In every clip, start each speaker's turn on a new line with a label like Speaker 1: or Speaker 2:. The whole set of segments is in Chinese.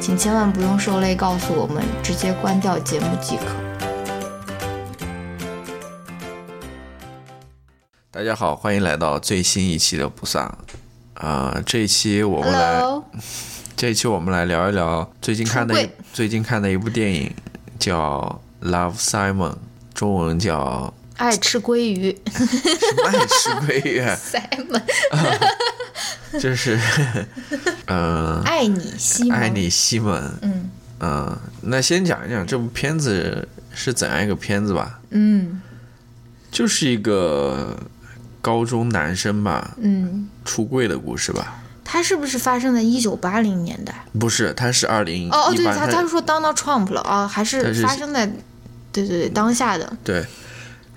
Speaker 1: 请千万不用受累告诉我们，直接关掉节目即可。
Speaker 2: 大家好，欢迎来到最新一期的不丧。啊、这一期我们来
Speaker 1: Hello，
Speaker 2: 这一期我们来聊一聊最近看的
Speaker 1: 出
Speaker 2: 一
Speaker 1: 柜
Speaker 2: 最近看的一部电影，叫《Love Simon》，中文叫
Speaker 1: 爱吃鲑鱼
Speaker 2: 《什么爱吃鲑鱼》
Speaker 1: ，Simon，
Speaker 2: 这是，嗯、
Speaker 1: 爱你西蒙，
Speaker 2: 爱你西蒙。
Speaker 1: 嗯
Speaker 2: 嗯，那先讲一讲这部片子是怎样一个片子吧。
Speaker 1: 嗯
Speaker 2: 就是一个高中男生吧，
Speaker 1: 嗯，
Speaker 2: 出柜的故事吧。
Speaker 1: 他是不是发生在一九八零年代？
Speaker 2: 不是，他是二嗯零一
Speaker 1: 哦哦，对，
Speaker 2: 八，
Speaker 1: 他他说 Donald Trump 了啊，还
Speaker 2: 他
Speaker 1: 是
Speaker 2: 是
Speaker 1: 发生在，对对对，当下的，
Speaker 2: 对，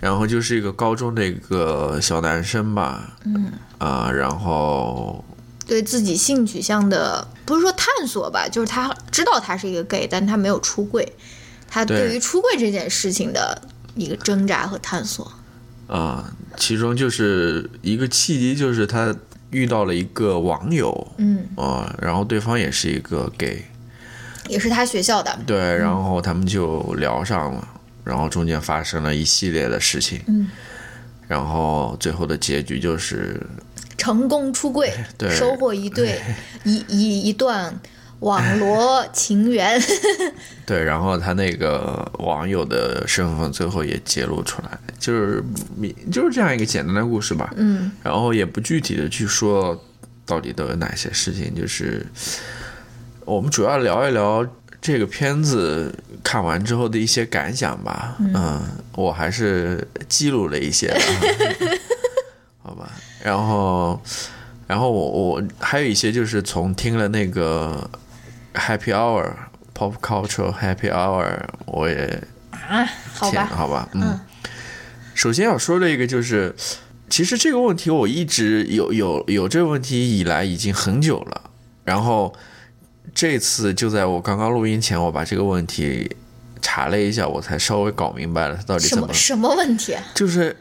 Speaker 2: 然后就是一个高中的一个小男生吧，嗯，啊、然后
Speaker 1: 对自己性取向的，不是说探索吧，就是他知道他是一个 gay，但他没有出柜，他
Speaker 2: 对
Speaker 1: 对于出柜这件事情的一个挣扎和探索。
Speaker 2: 啊、其中就是一个契机，就是他遇到了一个网友，
Speaker 1: 嗯，
Speaker 2: 啊、然后对方也是一个 gay，
Speaker 1: 也是他学校的，
Speaker 2: 对，然后他们就聊上了，然后中间发生了一系列的事情，
Speaker 1: 嗯，
Speaker 2: 然后最后的结局就是
Speaker 1: 成功出柜，
Speaker 2: 对
Speaker 1: 收获一 对一一一段网罗情 缘。
Speaker 2: 对，然后他那个网友的身份最后也揭露出来，就是就是这样一个简单的故事吧。
Speaker 1: 嗯，
Speaker 2: 然后也不具体的去说到底都有哪些事情，就是我们主要聊一聊这个片子看完之后的一些感想吧。嗯，我还是记录了一些的，好吧。然后，然后我我还有一些就是从听了那个 Happy Hour Pop Culture Happy Hour，我也
Speaker 1: 好
Speaker 2: 天
Speaker 1: 吧，
Speaker 2: 啊好嗯。首先要说的一个就是，其实这个问题我一直有有有这个问题以来已经很久了，然后这次就在我刚刚录音前，我把这个问题查了一下，我才稍微搞明白了它到底
Speaker 1: 什
Speaker 2: 怎么
Speaker 1: 么，什么问题啊？
Speaker 2: 就是。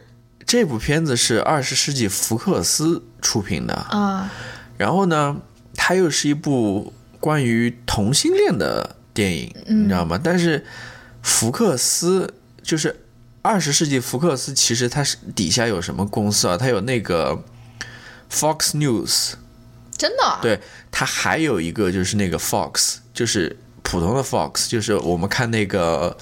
Speaker 2: 这部片子是二十世纪福克斯出品的，
Speaker 1: 啊
Speaker 2: 然后呢，它又是一部关于同性恋的电影，你知道吗？但是福克斯就是二十世纪福克斯，其实它是底下有什么公司啊？它有那个 Fox News，
Speaker 1: 真的啊？
Speaker 2: 对，它还有一个就是那个 Fox，就是普通的 Fox，就是我们看那个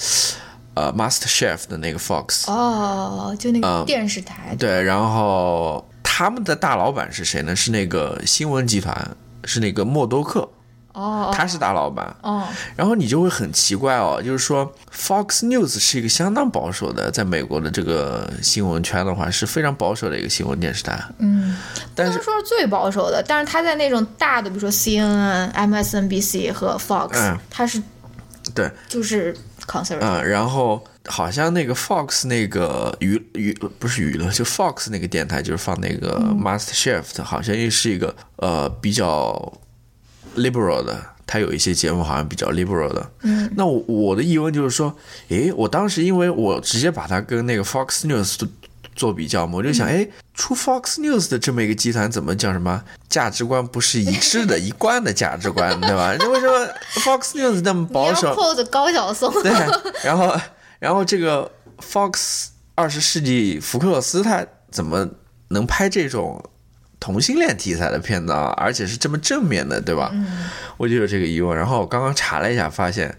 Speaker 2: 呃 Master Chef 的那个 Fox，
Speaker 1: 哦，就那个电视台的，
Speaker 2: 嗯对，然后他们的大老板是谁呢？是那个新闻集团，是那个默多克，
Speaker 1: 哦
Speaker 2: 他是大老板。
Speaker 1: 哦，
Speaker 2: 然后你就会很奇怪哦，就是说 Fox News 是一个相当保守的，在美国的这个新闻圈的话是非常保守的一个新闻电视台。
Speaker 1: 嗯，不
Speaker 2: 但
Speaker 1: 能
Speaker 2: 是
Speaker 1: 说是最保守的，但是他在那种大的，比如说 CNN、MSNBC 和 Fox，、
Speaker 2: 嗯
Speaker 1: 他是
Speaker 2: 对，
Speaker 1: 就是 conservative，、
Speaker 2: 嗯，然后好像那个 Fox 那个娱娱不是娱乐，就 Fox 那个电台就是放那个 Master Chef 的，好像也是一个呃比较 liberal 的，它有一些节目好像比较 liberal 的。嗯，那我我的疑问就是说，诶，我当时因为我直接把它跟那个 Fox News 做做比较嘛，我就想，诶，出 Fox News 的这么一个集团，怎么叫什么价值观不是一致 的，一贯的价值观，对吧？那为什么 Fox News 那么
Speaker 1: 你
Speaker 2: 保
Speaker 1: 要
Speaker 2: 守？
Speaker 1: quote 高晓松，
Speaker 2: 对，然后然后这个 Fox 二十世纪福克斯他怎么能拍这种同性恋题材的片子啊？而且是这么正面的，对吧？我就有这个疑问。然后我刚刚查了一下，发现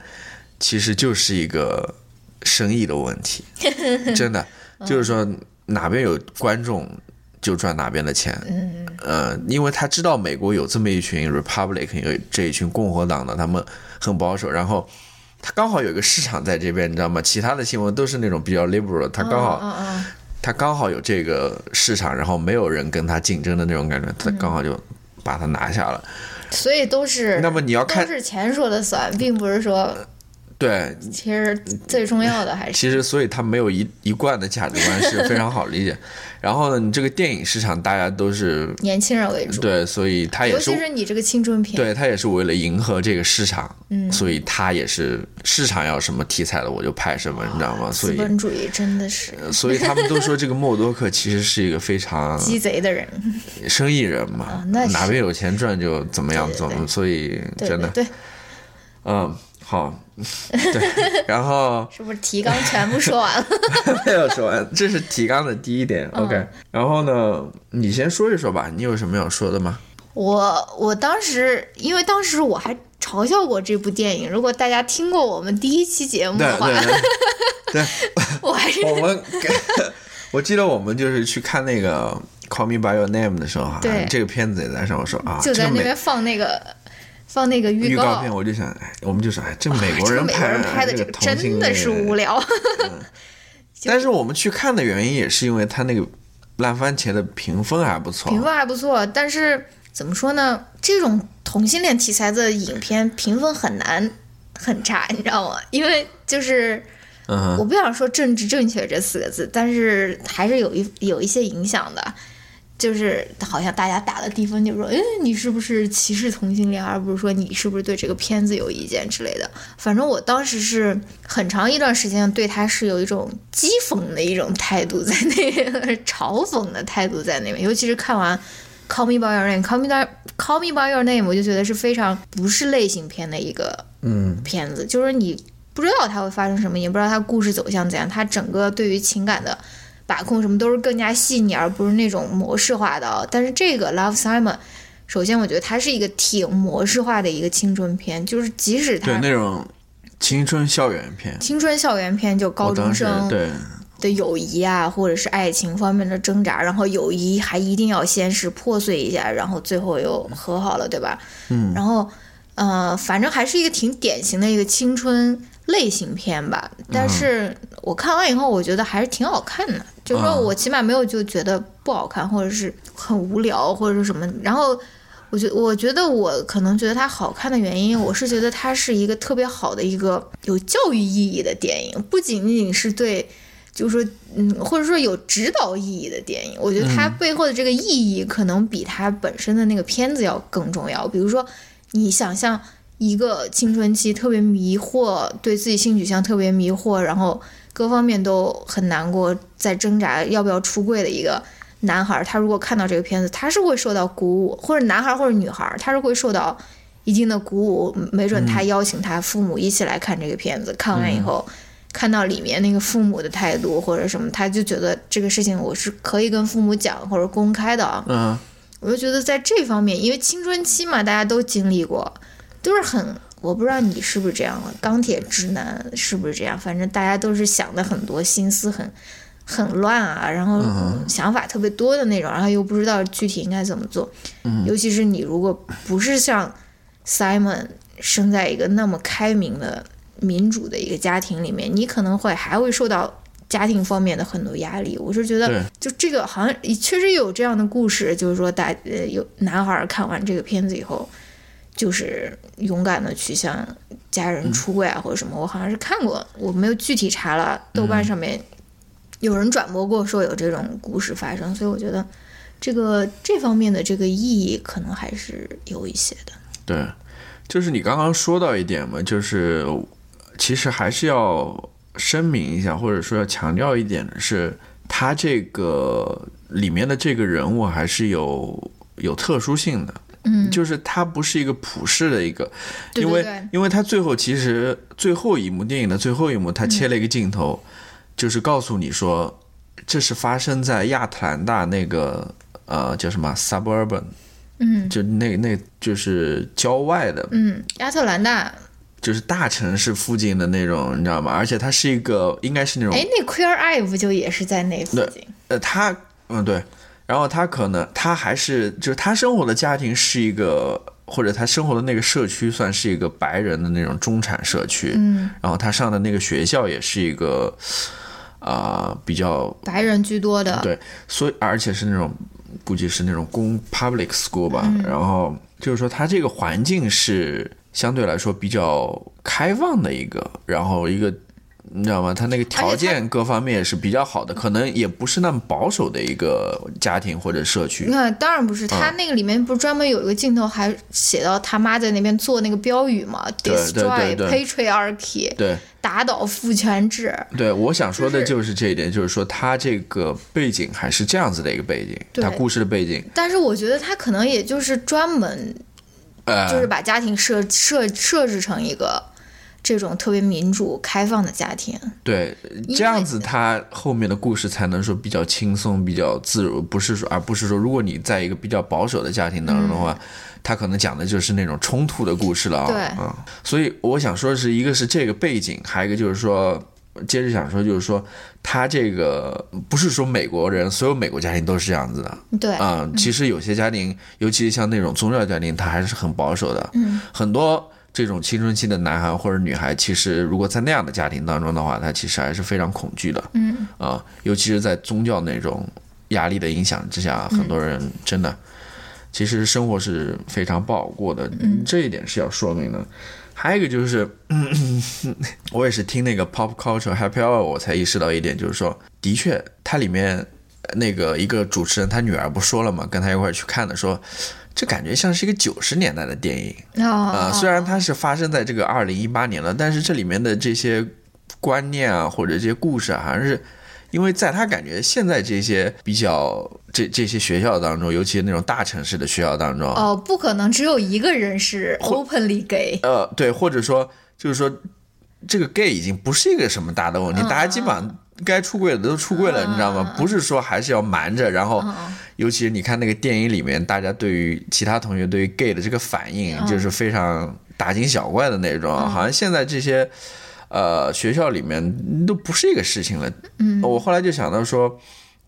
Speaker 2: 其实就是一个生意的问题，
Speaker 1: 嗯
Speaker 2: 真的就是说哪边有观众就赚哪边的钱。
Speaker 1: 嗯
Speaker 2: 呃，因为他知道美国有这么一群 Republican，有这一群共和党的，他们很保守，然后他刚好有个市场在这边，你知道吗？其他的新闻都是那种比较 liberal，他刚好、
Speaker 1: 嗯嗯
Speaker 2: 他刚好有这个市场，然后没有人跟他竞争的那种感觉，他刚好就把他拿下了。
Speaker 1: 嗯，所以都是
Speaker 2: 那么你要看
Speaker 1: 都是钱说了算，并不是说
Speaker 2: 对，
Speaker 1: 其实最重要的还是
Speaker 2: 其实所以他没有一一贯的价值观是非常好理解。 然后呢，你这个电影市场大家都是
Speaker 1: 年轻人为主，
Speaker 2: 对，所以他也
Speaker 1: 尤
Speaker 2: 是
Speaker 1: 其是你这个青春片，
Speaker 2: 对他也是为了迎合这个市场，嗯，所以他也是市场要什么题材的我就拍什么，你知道吗？所
Speaker 1: 啊资
Speaker 2: 以
Speaker 1: 本主义真的是
Speaker 2: 所以他们都说这个默多克其实是一个非 常
Speaker 1: 鸡贼的人，
Speaker 2: 嗯生意人嘛，
Speaker 1: 啊那是
Speaker 2: 哪边有钱赚就怎么样
Speaker 1: 对对
Speaker 2: 怎么，所以
Speaker 1: 对对
Speaker 2: 真的，
Speaker 1: 对，
Speaker 2: 嗯，好，对，然后。
Speaker 1: 是不是提纲全部说完了？
Speaker 2: 没有说完，这是提纲的第一点。OK，然
Speaker 1: 嗯
Speaker 2: 后呢，你先说一说吧，你有什么要说的吗？
Speaker 1: 我我当时，因为当时我还嘲笑过这部电影。如果大家听过我们第一期节目
Speaker 2: 对
Speaker 1: 的话，
Speaker 2: 对
Speaker 1: 我还是
Speaker 2: 对，我们我记得我们就是去看那个《Call Me by Your Name》的时候，好
Speaker 1: 对
Speaker 2: 像这个片子也在上，我说啊，
Speaker 1: 就在
Speaker 2: 这
Speaker 1: 那
Speaker 2: 美
Speaker 1: 边放那个放那个
Speaker 2: 预
Speaker 1: 预
Speaker 2: 告片，我就想，哎，我们就说，哎，这美
Speaker 1: 这
Speaker 2: 国
Speaker 1: 个
Speaker 2: 人
Speaker 1: 美国人
Speaker 2: 拍
Speaker 1: 拍的这
Speaker 2: 这
Speaker 1: 个
Speaker 2: 同性
Speaker 1: 真的
Speaker 2: 恋
Speaker 1: 是无聊。
Speaker 2: 但是我们去看的原因也是因为他那个烂番茄的评分还不错，
Speaker 1: 评分还不错，但是怎么说呢？这种同性恋题材的影片评分很难很差，你知道吗？因为就是
Speaker 2: 嗯
Speaker 1: 我
Speaker 2: 哼，
Speaker 1: 不想说政治正确这四个字，但是还是有一有一些影响的。就是好像大家打了低分，就说，嗯，你是不是歧视同性恋，而不是说你是不是对这个片子有意见之类的。反正我当时是很长一段时间对他是有一种讥讽的一种态度在那边， 嘲讽的态度在那边，尤其是看完。Call me by your name, call me by call me by your name，我就觉得是非常不是类型片的一个
Speaker 2: 嗯
Speaker 1: 片子，就是你不知道它会发生什么，也不知道它故事走向怎样，它整个对于情感的把控什么都是更加细腻，而不是那种模式化的哦。但是这个《Love Simon》，首先我觉得它是一个挺模式化的一个青春片，就是即使
Speaker 2: 对
Speaker 1: 它
Speaker 2: 那种青春校园片，
Speaker 1: 青春校园片，就高
Speaker 2: 我
Speaker 1: 中
Speaker 2: 当时
Speaker 1: 生
Speaker 2: 对。
Speaker 1: 的友谊啊，或者是爱情方面的挣扎，然后友谊还一定要先是破碎一下，然后最后又和好了，对吧？嗯，然后呃，反正还是一个挺典型的一个青春类型片吧。但是我看完以后，我觉得还是挺好看的，就是说
Speaker 2: 嗯
Speaker 1: 我起码没有就觉得不好看，或者是很无聊，或者是什么。然后我觉我觉得我可能觉得它好看的原因，我是觉得它是一个特别好的一个有教育意义的电影，不仅仅是对，就是说，嗯，或者说有指导意义的电影。我觉得它背后的这个意义，可能比它本身的那个片子要更重要。比如说，你想象一个青春期特别迷惑，对自己性取向特别迷惑，然后各方面都很难过，在挣扎要不要出柜的一个男孩儿，他如果看到这个片子，他是会受到鼓舞，或者男孩儿或者女孩儿，他是会受到一定的鼓舞。没准他邀请他父母一起来看这个片子，看完以后。看到里面那个父母的态度或者什么，他就觉得这个事情我是可以跟父母讲或者公开的啊。
Speaker 2: 嗯，
Speaker 1: 我就觉得在这方面，因为青春期嘛，大家都经历过，都是很，我不知道你是不是这样了，钢铁直男是不是这样？反正大家都是想的很多，心思很很乱啊，然后想法特别多的那种，然后又不知道具体应该怎么做。尤其是你如果不是像 Simon 生在一个那么开明的民主的一个家庭里面，你可能会还会受到家庭方面的很多压力。我是觉
Speaker 2: 对
Speaker 1: 得，就这个好像确实有这样的故事，就是说大呃有男孩儿看完这个片子以后，就是勇敢的去向家人出柜啊或者什么，我好像是看过，我没有具体查了，豆瓣上面有人转播过说有这种故事发生，所以我觉得。这个这方面的这个意义可能还是有一些的。
Speaker 2: 对，就是你刚刚说到一点嘛，就是其实还是要声明一下，或者说要强调一点的是，他这个里面的这个人物还是有有特殊性的。嗯，就是他不是一个普世的一个，
Speaker 1: 对
Speaker 2: 因
Speaker 1: 对
Speaker 2: 为
Speaker 1: 对
Speaker 2: 因为他最后其实最后一幕电影的最后一幕，他切了一个镜头，
Speaker 1: 嗯
Speaker 2: 就是告诉你说，这是发生在亚特兰大那个呃叫什么 suburban，
Speaker 1: 嗯
Speaker 2: 就那那就是郊外的
Speaker 1: 嗯，亚特兰大
Speaker 2: 就是大城市附近的那种，你知道吗？而且它是一个应该是那种
Speaker 1: 哎，那 Queer Eye 不就也是在那附近？
Speaker 2: 呃，他嗯对，然后他可能他还是就是他生活的家庭是一个，或者他生活的那个社区算是一个白人的那种中产社区，嗯，然后他上的那个学校也是一个啊、呃比较
Speaker 1: 白人居多的，
Speaker 2: 对，所以而且是那种估计是那种公 public school 吧，然后就是说它这个环境是相对来说比较开放的一个，然后一个。你知道吗？它那个条件各方面也是比较好的，可能也不是那么保守的一个家庭或者社区。
Speaker 1: 那当然不
Speaker 2: 嗯
Speaker 1: 是，他那个里面不是专门有一个镜头，还写到他妈在那边做那个标语嘛
Speaker 2: 对对
Speaker 1: ，destroy
Speaker 2: 对对
Speaker 1: patriarchy，
Speaker 2: 对
Speaker 1: 打倒父权制。
Speaker 2: 对，我想说的
Speaker 1: 就
Speaker 2: 就是这一点，就是说它这个背景还是这样子的一个背景，
Speaker 1: 对
Speaker 2: 它故事的背景，
Speaker 1: 但是我觉得他可能也就是专门
Speaker 2: 呃，
Speaker 1: 就是把家庭设设设置成一个这种特别民主开放的家庭。
Speaker 2: 对，这样子他后面的故事才能说比较轻松、比较自如，不是说，而不是说，如果你在一个比较保守的家庭当中的话，他可能讲的就是那种冲突的故事了啊、
Speaker 1: 对
Speaker 2: 嗯，所以我想说的是，一个是这个背景，还有一个就是说。接着想说，就是说，他这个不是说美国人所有美国家庭都是这样子的，
Speaker 1: 对，嗯
Speaker 2: 啊、其实有些家庭，尤其是像那种宗教家庭，他还是很保守的。
Speaker 1: 嗯，
Speaker 2: 很多这种青春期的男孩或者女孩，其实如果在那样的家庭当中的话，他其实还是非常恐惧的。
Speaker 1: 嗯，
Speaker 2: 啊、尤其是在宗教那种压力的影响之下，很多人真的、其实生活是非常不好过的，
Speaker 1: 嗯
Speaker 2: 这一点是要说明的。还有一个就是， 我也是听那个 Pop Culture Happy Hour，我才意识到一点，就是说，的确，它里面呃那个一个主持人，他女儿不说了嘛，跟他一块儿去看的，说这感觉像是一个九十年代的电影
Speaker 1: 啊
Speaker 2: 啊、虽然它是发生在这个二零一八年了，但是这里面的这些观念啊，或者这些故事、啊，好像是。因为在他感觉现在这些比较这这些学校当中，尤其是那种大城市的学校当中，
Speaker 1: 哦，不可能只有一个人是 openly gay。
Speaker 2: 呃，对，或者说就是说，这个 gay 已经不是一个什么大的问题，大家基本上该出柜的都出柜了，你知道吗？不是说还是要瞒着，然后，尤其是你看那个电影里面，大家对于其他同学对于 gay 的这个反应，就是非常大惊小怪的那种，好像现在这些。呃，学校里面都不是一个事情了。嗯，我后来就想到说，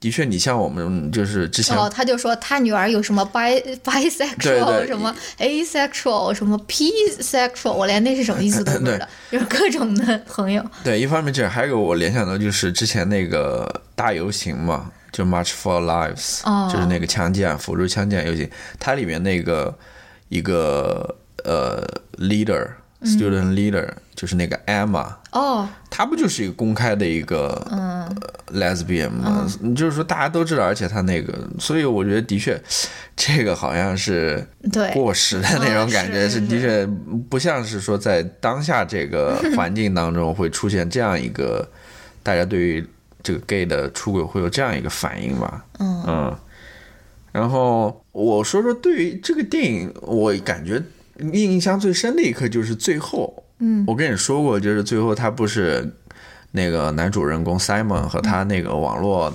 Speaker 2: 的确，你像我们就是之前
Speaker 1: 哦，他就说他女儿有什么 bi
Speaker 2: 对
Speaker 1: bisexual
Speaker 2: 对
Speaker 1: 什么 asexual 什么 p sexual，我连那是什么意思都不知道， 就是各种的朋友。
Speaker 2: 对，一方面这还有一个我联想到就是之前那个大游行嘛，就 March for Lives，、
Speaker 1: 哦
Speaker 2: 就是那个枪击案、辅助枪击案游行，它里面那个一个呃 leader
Speaker 1: 嗯
Speaker 2: student leader、就是那个 Emma，
Speaker 1: 哦，
Speaker 2: 她不就是一个公开的一个、
Speaker 1: 嗯
Speaker 2: 呃 lesbian 吗？你就是说大家都知道，而且她那个，所以我觉得的确，这个好像是
Speaker 1: 对，
Speaker 2: 过时的那种感觉，
Speaker 1: 嗯是
Speaker 2: 哦是的确不像是说在当下这 个环境当中会出现这样一个大家对于这个 gay 的出轨会有这样一个反应吧？嗯然后我说说对于这个电影，我感觉印象最深的一刻就是最后，嗯，我跟你说过，就是最后他不是那个男主人公 Simon 和他那个网络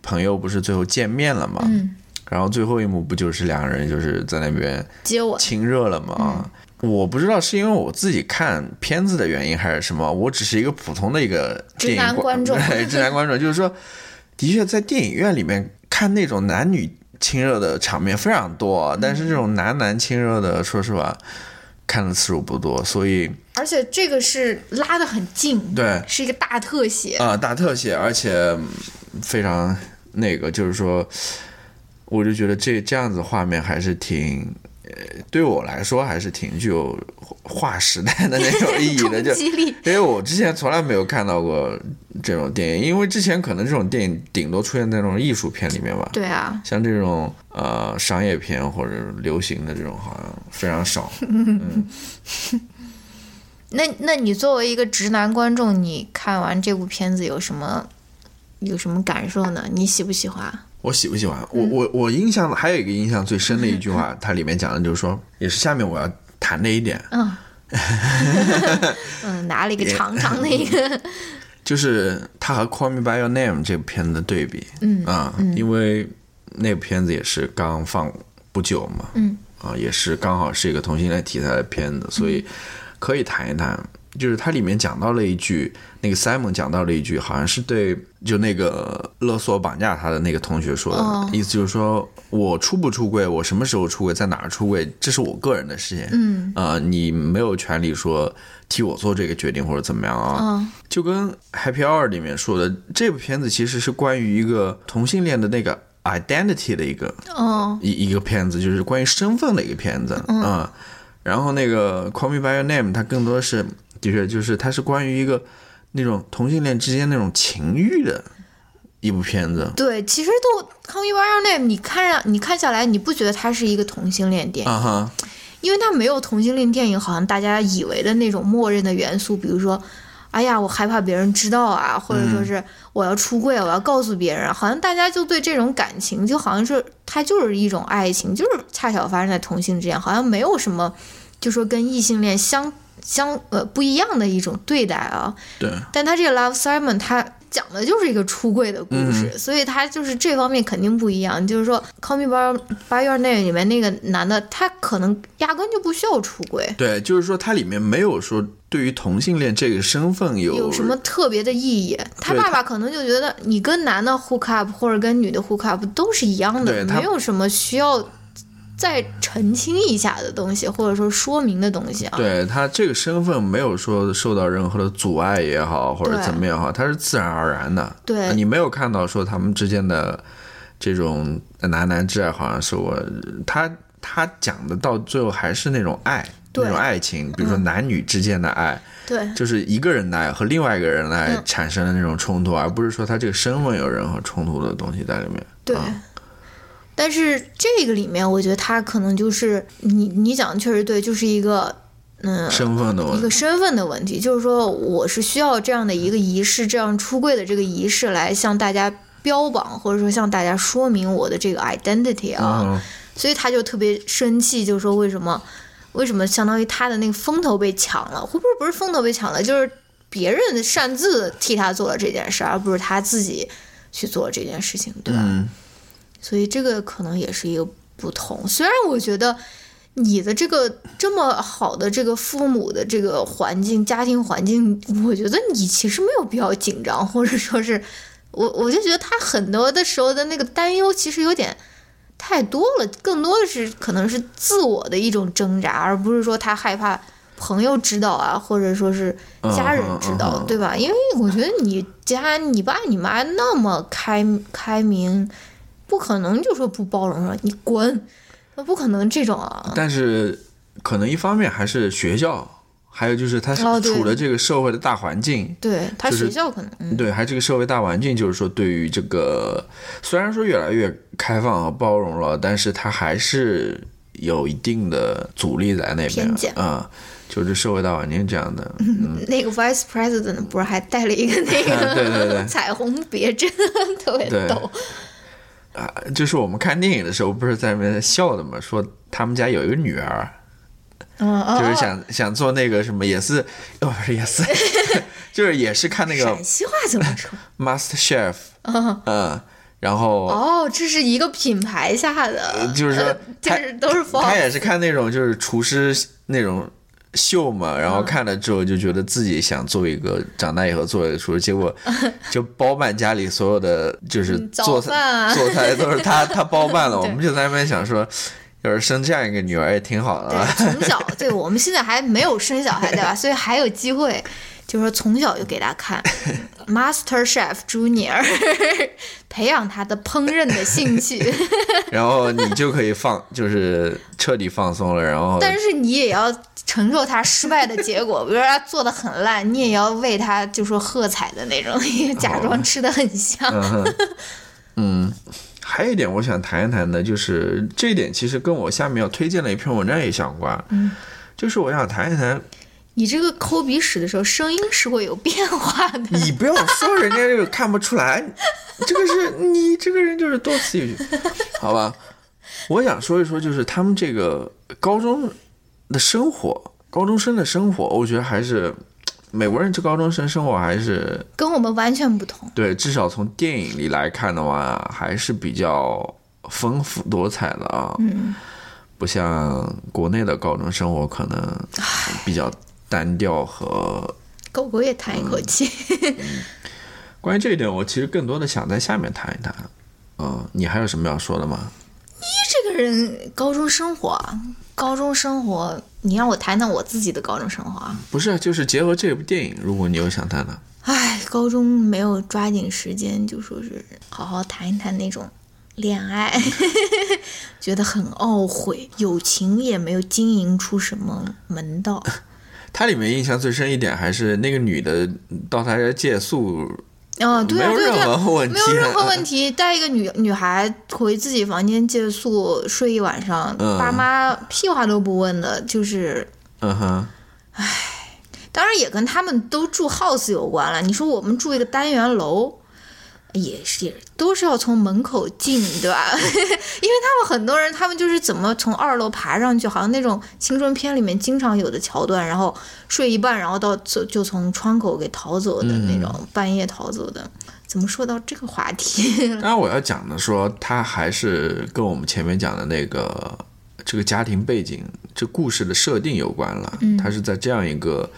Speaker 2: 朋友不是最后见面了嘛？嗯。然后最后一幕不就是两个人就是在那边
Speaker 1: 接吻。
Speaker 2: 亲热了
Speaker 1: 嗯
Speaker 2: 嘛？我不知道是因为我自己看片子的原因还是什么，我只是一个普通的一个
Speaker 1: 直
Speaker 2: 电影
Speaker 1: 男观众
Speaker 2: 对直男观众就是说，的确在电影院里面看那种男女亲热的场面非常多，啊但是这种男男亲热的，说实话，看的次数不多，所以
Speaker 1: 而且这个是拉得很近，
Speaker 2: 对
Speaker 1: 是一个大特写。
Speaker 2: 啊、大特写，而且嗯非常那个，就是说，我就觉得这这样子画面还是挺，呃，对我来说还是挺具有划时代的那种意义的，
Speaker 1: 冲
Speaker 2: 就。
Speaker 1: 击力，
Speaker 2: 因为我之前从来没有看到过这种电影，因为之前可能这种电影顶多出现在那种艺术片里面吧，
Speaker 1: 对啊，
Speaker 2: 像这种呃商业片或者流行的这种好像非常少。
Speaker 1: 那那你作为一个直男观众，你看完这部片子有什么有什么感受呢？你喜不喜欢？
Speaker 2: 我喜不喜欢？我我我印象还有一个印象最深的一句话，它里面讲的就是说，也是下面我要谈的一点，
Speaker 1: 嗯，嗯，拿了一个长长的一 个，
Speaker 2: 就是他和《Call Me by Your Name》这部片子的对比。嗯啊，因为那部片子也是刚放不久嘛。嗯啊，也是刚好是一个同性恋题材的片子，所以可以谈一谈，就是它里面讲到了一句，那个 Simon 讲到了一句，好像是对就那个勒索绑架他的那个同学说的，
Speaker 1: 哦
Speaker 2: 意思就是说我出不出柜，我什么时候出柜，在哪儿出柜，这是我个人的事情，嗯，呃，你没有权利说替我做这个决定或者怎么样啊，
Speaker 1: 嗯
Speaker 2: 就跟《Happy Hour》里面说的，这部片子其实是关于一个同性恋的那个 identity 的一个
Speaker 1: 嗯
Speaker 2: 一一个片子，就是关于身份的一个片子啊、嗯然后那个《Call Me by Your Name》，它更多是的确就是它是关于一个那种同性恋之间那种情欲的一部片子
Speaker 1: 对，其实都《Come You Are Name》，你看上你看下来，你不觉得它是一个同性恋电影，
Speaker 2: 啊哈，
Speaker 1: 因为它没有同性恋电影好像大家以为的那种默认的元素，比如说，哎呀，我害怕别人知道啊，或者说是我要出柜，我要告诉别人，啊好像大家就对这种感情，就好像是它就是一种爱情，就是恰巧发生在同性之间，好像没有什么，就说跟异性恋相相呃不一样的一种对待啊。
Speaker 2: 对，
Speaker 1: 但他这个 Love Simon 他讲的就是一个出柜的故事，
Speaker 2: 嗯
Speaker 1: 所以他就是这方面肯定不一样。就是说，《Call Me by by Your Name》里面那个男的，他可能压根就不需要出柜，
Speaker 2: 对，就是说它里面没有说对于同性恋这个身份有
Speaker 1: 有什么特别的意义？他
Speaker 2: 对
Speaker 1: 爸爸可能就觉得你跟男的 hook up 或者跟女的 hook up 都是一样
Speaker 2: 对
Speaker 1: 的，
Speaker 2: 他
Speaker 1: 没有什么需要再澄清一下的东西，或者说说明的东西啊。
Speaker 2: 对他这个身份没有说受到任何的阻碍也好，或者
Speaker 1: 对
Speaker 2: 怎么也好，他是自然而然的。
Speaker 1: 对
Speaker 2: 你没有看到说他们之间的这种呃男男之爱，好像是我他他讲的到最后还是那种爱，
Speaker 1: 对嗯
Speaker 2: 那种爱情，比如说男女之间的爱，
Speaker 1: 对
Speaker 2: 就是一个人的爱和另外一个人的爱
Speaker 1: 嗯
Speaker 2: 产生的那种冲突，而不是说他这个身份有任何冲突的东西在里面。啊
Speaker 1: 对。但是这个里面，我觉得他可能就是你你讲的确实对，就是一个嗯
Speaker 2: 身份的问
Speaker 1: 一
Speaker 2: 题
Speaker 1: 个，身份的问题，就是说我是需要这样的一个仪式，这样出柜的这个仪式来向大家标榜，或者说向大家说明我的这个 identity 啊。
Speaker 2: 嗯，
Speaker 1: 所以他就特别生气，就说为什么为什么相当于他的那个风头被抢了？会不会不是风头被抢了，就是别人擅自替他做了这件事，而不是他自己去做这件事情，对吧？
Speaker 2: 嗯
Speaker 1: 所以这个可能也是一个不同。虽然我觉得你的这个这么好的这个父母的这个环境、家庭环境，我觉得你其实没有必要紧张，或者说是我我就觉得他很多的时候的那个担忧其实有点。太多了，更多的是可能是自我的一种挣扎，而不是说他害怕朋友知道啊，或者说是家人知道，
Speaker 2: 嗯嗯嗯
Speaker 1: 对吧？因为我觉得你家你爸你妈那么开开明，不可能就说不包容了，你滚，那不可能这种啊。
Speaker 2: 但是可能一方面还是学校，还有就是他
Speaker 1: 哦对
Speaker 2: 处的这个社会的大环境，
Speaker 1: 对他
Speaker 2: 就是
Speaker 1: 学校可能，嗯，
Speaker 2: 对，还有这个社会大环境，就是说对于这个虽然说越来越开放和包容了，但是它还是有一定的阻力在那边
Speaker 1: 偏见嗯
Speaker 2: 啊、就是社会大环境这样的，
Speaker 1: 那个 vice president 不是还带了一个那个
Speaker 2: 对对对
Speaker 1: 彩虹别针， 特别
Speaker 2: 对
Speaker 1: 逗。
Speaker 2: 就是我们看电影的时候不是在那边笑的嘛，说他们家有一个女儿，
Speaker 1: 嗯，哦
Speaker 2: 就是
Speaker 1: 哦
Speaker 2: 想、想做那个什么，也是哦不是也 是，就是也是看那个
Speaker 1: 陕西话怎么 说？
Speaker 2: Master Chef，嗯然后
Speaker 1: 哦，这是一个品牌下的，
Speaker 2: 就是说
Speaker 1: 呃 就
Speaker 2: 他
Speaker 1: 是都是 f
Speaker 2: 他也是看那种就是厨师那种秀嘛，然后看了之后就觉得自己想做一个，长大以后做一个厨师，结果就包办家里所有的，就是
Speaker 1: 嗯早
Speaker 2: 做菜、
Speaker 1: 饭啊
Speaker 2: 做菜都是他他包 办了。我
Speaker 1: 对
Speaker 2: 们就在那边想说，要是生这样一个女儿也挺好的啊。
Speaker 1: 对，从小对我们现在还没有生小孩，对吧？所以还有机会，就是说从小就给他 看 Master Chef Junior，培养他的烹饪的兴趣。
Speaker 2: 然后你就可以放，就是彻底放松了。然后
Speaker 1: 但是你也要承受他失败的结果，比如说他做的很烂，你也要为他就说喝彩的那种，也假装吃的很香。
Speaker 2: 嗯还有一点我想谈一谈的，就是这一点其实跟我下面要推荐的一篇文章也相关。嗯，就是我想谈一谈
Speaker 1: 你这个抠鼻屎的时候，声音是会有变化的。
Speaker 2: 你不要说人家这个看不出来， 这个是你这个人就是多此一举，好吧？我想说一说，就是他们这个高中的生活，高中生的生活，我觉得还是美国人这高中生生活还是
Speaker 1: 跟我们完全不同，
Speaker 2: 对，至少从电影里来看的话，还是比较丰富多彩的啊。嗯，不像国内的高中生活可能比较单调和。
Speaker 1: 狗狗也叹一口气。
Speaker 2: 关于这一点，我其实更多的想在下面谈一谈。嗯，你还有什么要说的吗？
Speaker 1: 这个人高中生活啊，高中生活，你让我谈谈我自己的高中生活啊。
Speaker 2: 不是，就是结合这部电影，如果你有想谈的，
Speaker 1: 唉，高中没有抓紧时间，就说是好好谈一谈那种恋爱， 觉得很懊悔，友情也没有经营出什么门 道。
Speaker 2: 它里面印象最深一点还是那个女的到他家借宿，
Speaker 1: 哦，对啊，
Speaker 2: 没有
Speaker 1: 对啊对
Speaker 2: 任
Speaker 1: 啊
Speaker 2: 何，问题
Speaker 1: 没有任何问 题。带一个女女孩回自己房间借宿睡一晚上，
Speaker 2: 嗯
Speaker 1: 爸妈屁话都不问的，就是
Speaker 2: 嗯哼，
Speaker 1: 当然也跟他们都住 house 有关了。你说我们住一个单元楼，也是都是要从门口进，对吧？ 因为他们很多人，他们就是怎么从二楼爬上去，好像那种青春片里面经常有的桥段，然后睡一半，然后到就就从窗口给逃走的那种，半夜逃走的。怎么说到这个话题？
Speaker 2: 当然我要讲的说，它还是跟我们前面讲的那个这个家庭背景、这故事的设定有关了。
Speaker 1: 嗯
Speaker 2: 它是在这样一个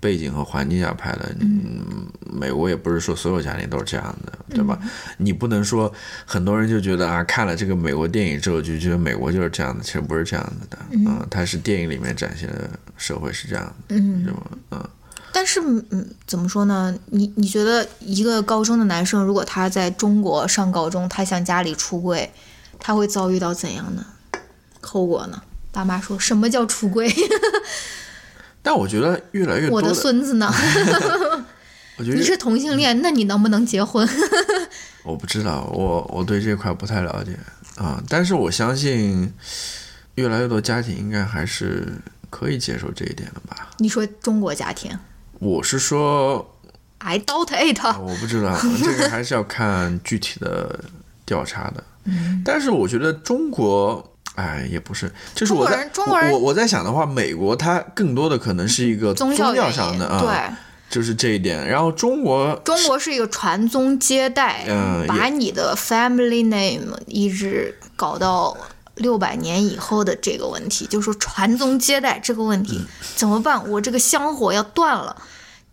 Speaker 2: 背景和环境下拍的。嗯，美国也不是说所有家庭都是这样的，
Speaker 1: 嗯
Speaker 2: 对吧？你不能说很多人就觉得啊，看了这个美国电影之后就觉得美国就是这样的，其实不是这样子的。嗯，它是电影里面展现的社会是这样的，
Speaker 1: 嗯，
Speaker 2: 对吗？嗯。
Speaker 1: 但是，嗯，怎么说呢？你你觉得一个高中的男生，如果他在中国上高中，他向家里出柜，他会遭遇到怎样的后果呢？爸妈说什么叫出柜？
Speaker 2: 但我觉得越来越多
Speaker 1: 我的孙子呢？
Speaker 2: 我觉得
Speaker 1: 你是同性
Speaker 2: 嗯
Speaker 1: 恋，那你能不能结婚？
Speaker 2: 我不知道，我我对这块不太了解啊、但是我相信，越来越多家庭应该还是可以接受这一点的吧。
Speaker 1: 你说中国家庭
Speaker 2: 我是说，啊
Speaker 1: ，I doubt it。
Speaker 2: 我不知道这个还是要看具体的调查 的。
Speaker 1: 嗯
Speaker 2: 但是我觉得中国，哎，也不是，就是我在
Speaker 1: 中国人中国人嗯
Speaker 2: 我我我在想的话，美国它更多的可能是一个宗
Speaker 1: 宗教原因
Speaker 2: 上的啊，
Speaker 1: 对，
Speaker 2: 就是这一点。然后中国
Speaker 1: 中国是一个传宗接代，
Speaker 2: 嗯也
Speaker 1: 把你的 family name 一直搞到六百年以后的这个问题，就是说传宗接代这个问题、
Speaker 2: 嗯
Speaker 1: 怎么办？我这个香火要断了，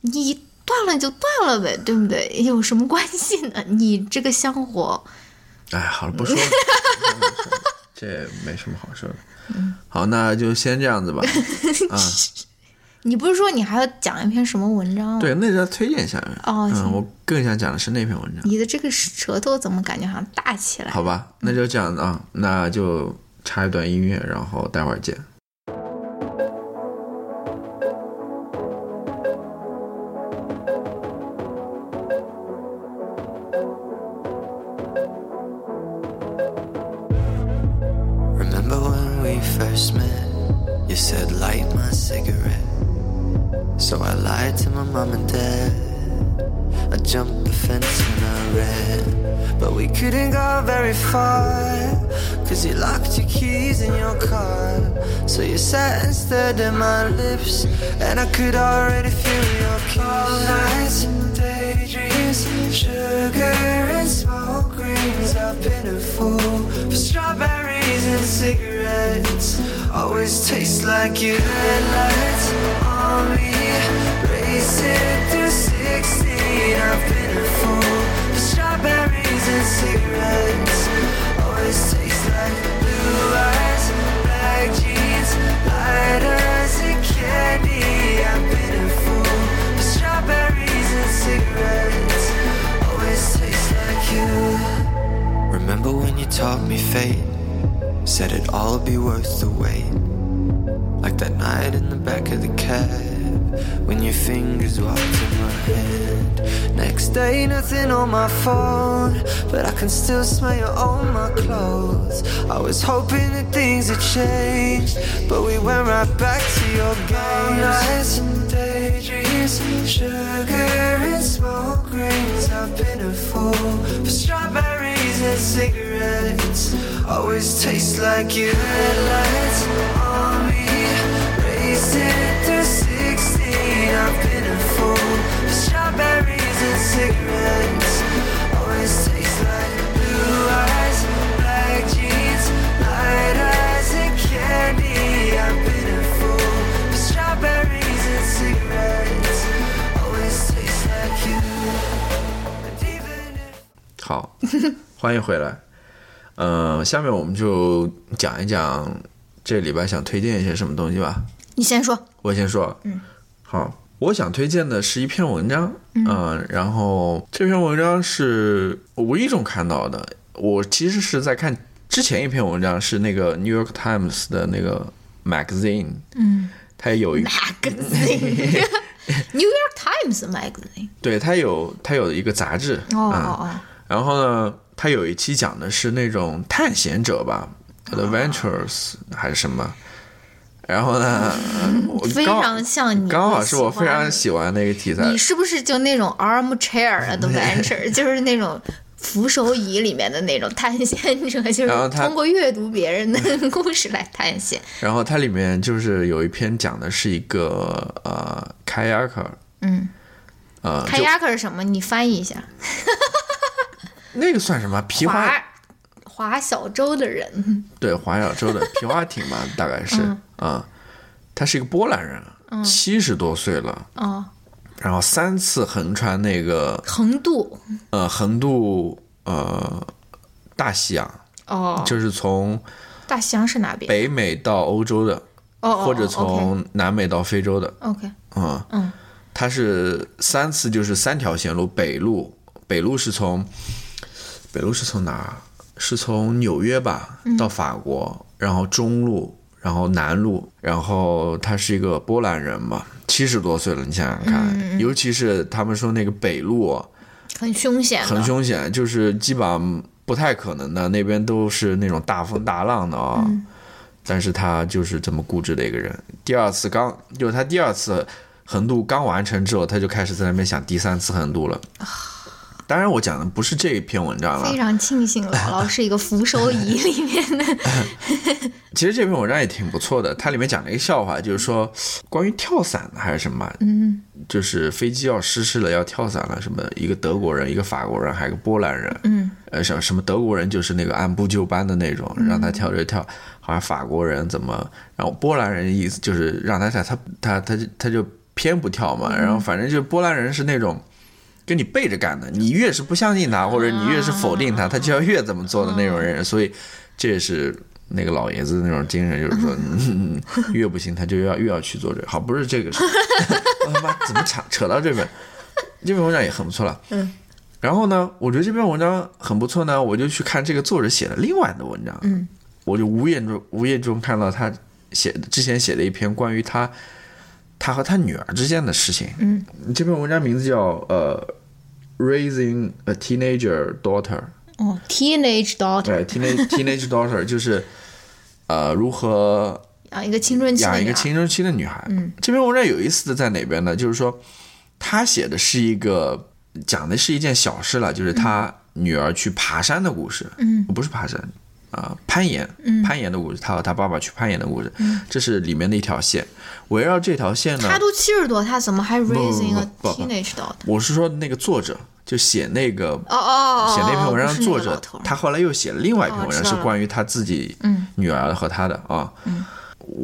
Speaker 1: 你断了就断了呗，对不对？有什么关系呢？你这个香火，
Speaker 2: 哎，好了，不 说了，这没什么好说的。好，那就先这样子吧。
Speaker 1: 嗯
Speaker 2: 啊，
Speaker 1: 你不是说你还要讲一篇什么文章吗？
Speaker 2: 对，那要推荐一下。
Speaker 1: 哦
Speaker 2: 嗯，
Speaker 1: 行
Speaker 2: 我更想讲的是那篇文章，
Speaker 1: 你的这个舌头怎么感觉好像大起来？
Speaker 2: 好吧？那就这样啊，那就插一段音乐，然后待会儿见。
Speaker 3: Remember when we first met? You said, light my cigarette. So I lied to my mom and dad. I jumped the fence and I ran. But we couldn't go very far. Cause you locked your keys in your car. So you sat and stared at my lips. And I could already feel your kiss. All nights and daydreams, sugar and smoke rings. I've been a fool for strawberries and cigarettes. Always taste like you. Headlights on me, racing through 16. I've been a fool for strawberries and cigarettes. Always taste like blue eyes, black jeans, lighters and candy. I've been a fool for strawberries and cigarettes. Always taste like you. Remember when you taught me fate? Said it'd all be worth the wait. Like that night in the back of the cab, when your fingers walked in my hand. Next day, nothing on my phone, but I can still smell you on my clothes. I was hoping that things had changed, but we went right back to your games. and daydreams, sugar and smoke rings. I've been a fool for strawberries and cigarettes. Always taste like you. Headlights on me, racing through 16. I've been a fool for strawberries and cigarettes. Always taste like blue eyes, black jeans, light eyes and candy. I've been a fool for strawberries and cigarettes.
Speaker 2: 欢迎回来。呃，下面我们就讲一讲这礼拜想推荐一些什么东西吧。
Speaker 1: 你先 说，
Speaker 2: 我先说，嗯，好，我想推荐的是一篇文章，嗯、然后这篇文章是我无意中看到的，我其实是在看之前一篇文章，是那个 New York Times 的那个 magazine，嗯，它有一
Speaker 1: magazine。New York Times magazine。
Speaker 2: 对，它有它有一个杂志，
Speaker 1: 哦
Speaker 2: 嗯
Speaker 1: 哦哦，
Speaker 2: 然后呢，它有一期讲的是那种探险者吧，adventures 还是什么。然 后呢，我
Speaker 1: 非
Speaker 2: 刚好
Speaker 1: 常像你
Speaker 2: 刚好
Speaker 1: 喜
Speaker 2: 啊是我非
Speaker 1: 欢
Speaker 2: 常
Speaker 1: 的
Speaker 2: 喜欢那个题材
Speaker 1: 你，是不是就那种 armchair adventure，就是那种扶手椅里面的那种探险者，就是
Speaker 2: 然后他嗯
Speaker 1: 通过阅读别人的故事来探险？
Speaker 2: 然后它里面就是有一篇讲的是一个呃 kayaker，
Speaker 1: 嗯，
Speaker 2: 呃，
Speaker 1: 开
Speaker 2: 就
Speaker 1: 压克是什么？你翻译一下。
Speaker 2: 那个算什么皮划
Speaker 1: 划划小舟的人，
Speaker 2: 对划小舟的皮划艇吧，大概是
Speaker 1: 嗯
Speaker 2: 啊、他是一个波兰人，七十、多岁了，
Speaker 1: 哦，
Speaker 2: 然后三次横穿那个
Speaker 1: 横渡，
Speaker 2: 呃横渡呃大西洋，
Speaker 1: 哦，
Speaker 2: 就是从
Speaker 1: 大西洋是哪边？
Speaker 2: 北美到欧洲的，
Speaker 1: 哦哦，
Speaker 2: 或者从南美到非洲的，
Speaker 1: OK，
Speaker 2: 嗯，
Speaker 1: 嗯
Speaker 2: 它是三次，就是三条线路，北路，北路是从北路是从哪儿？是从纽约吧到法国，然后中路，然后南路，然后他是一个波兰人嘛，七十多岁了，你想想看，尤其是他们说那个北路啊
Speaker 1: 很凶险的，
Speaker 2: 很凶险，就是基本上不太可能的，那边都是那种大风大浪的啊、
Speaker 1: 嗯
Speaker 2: 但是他就是这么固执的一个人。第二次刚就是他第二次横渡刚完成之后，他就开始在那边想第三次横渡了。
Speaker 1: 啊
Speaker 2: 当然，我讲的不是这一篇文章了
Speaker 1: 非。常庆幸
Speaker 2: 啊
Speaker 1: 姥姥是一个扶手椅里面 的，
Speaker 2: 其实这篇文章也挺不错的，它里面讲了一个笑话，就是说关于跳伞的还是什么，嗯，就是飞机要失事了要跳伞了什么，一个德国人，一个法国人，还有一个波兰人，嗯，呃，什什么德国人就是那个按部就班的那种，让他跳就跳，好像法国人怎么，然后波兰人意思就是让他跳，他他他就他就偏不跳嘛，然后反正就是波兰人是那种。跟你背着干的，你越是不相信他，或者你越是否定他，他就要越怎么做的那种人，所以这也是那个老爷子的那种精神， 就是说，嗯越不行他就要越要去做这个。好，不是这个 事，我他妈怎么扯扯到这边？这篇文章也很不错了。嗯。然后呢，我觉得这篇文章很不错呢，我就去看这个作者写的另外的文章。嗯。我就无言中无意中看到他写之前写的一篇关于他他和他女儿之间的事情。嗯。这篇文章名字叫呃，Raising a Teenager Daughter。
Speaker 1: 哦，teenage daughter，
Speaker 2: 对，teenage teenage daughter 就是，呃，如何
Speaker 1: 啊养一个青春期的
Speaker 2: 养一
Speaker 1: 女
Speaker 2: 个
Speaker 1: 儿
Speaker 2: 青春期的女孩。嗯，这篇文章有意思的在哪边呢？就是说，他写的是一个讲的是一件小事了，就是
Speaker 1: 嗯
Speaker 2: 他女儿去爬山的故事。嗯，不是爬山，啊、攀岩，
Speaker 1: 嗯
Speaker 2: 攀岩的故事，他和他爸爸去攀岩的故事，这是里面的一条线。围绕这条线呢，
Speaker 1: 他都七十多，他怎么还 raising a
Speaker 2: 不不不
Speaker 1: teenage daughter？
Speaker 2: 我是说那个作者就写那个
Speaker 1: 哦哦哦，
Speaker 2: 写那篇文章
Speaker 1: 不是那
Speaker 2: 作
Speaker 1: 个老
Speaker 2: 者
Speaker 1: 头，
Speaker 2: 他后来又写了另外一篇
Speaker 1: 哦
Speaker 2: 文
Speaker 1: 知
Speaker 2: 章，
Speaker 1: 道
Speaker 2: 是
Speaker 1: 了嗯
Speaker 2: 关于他自己女儿和他的啊，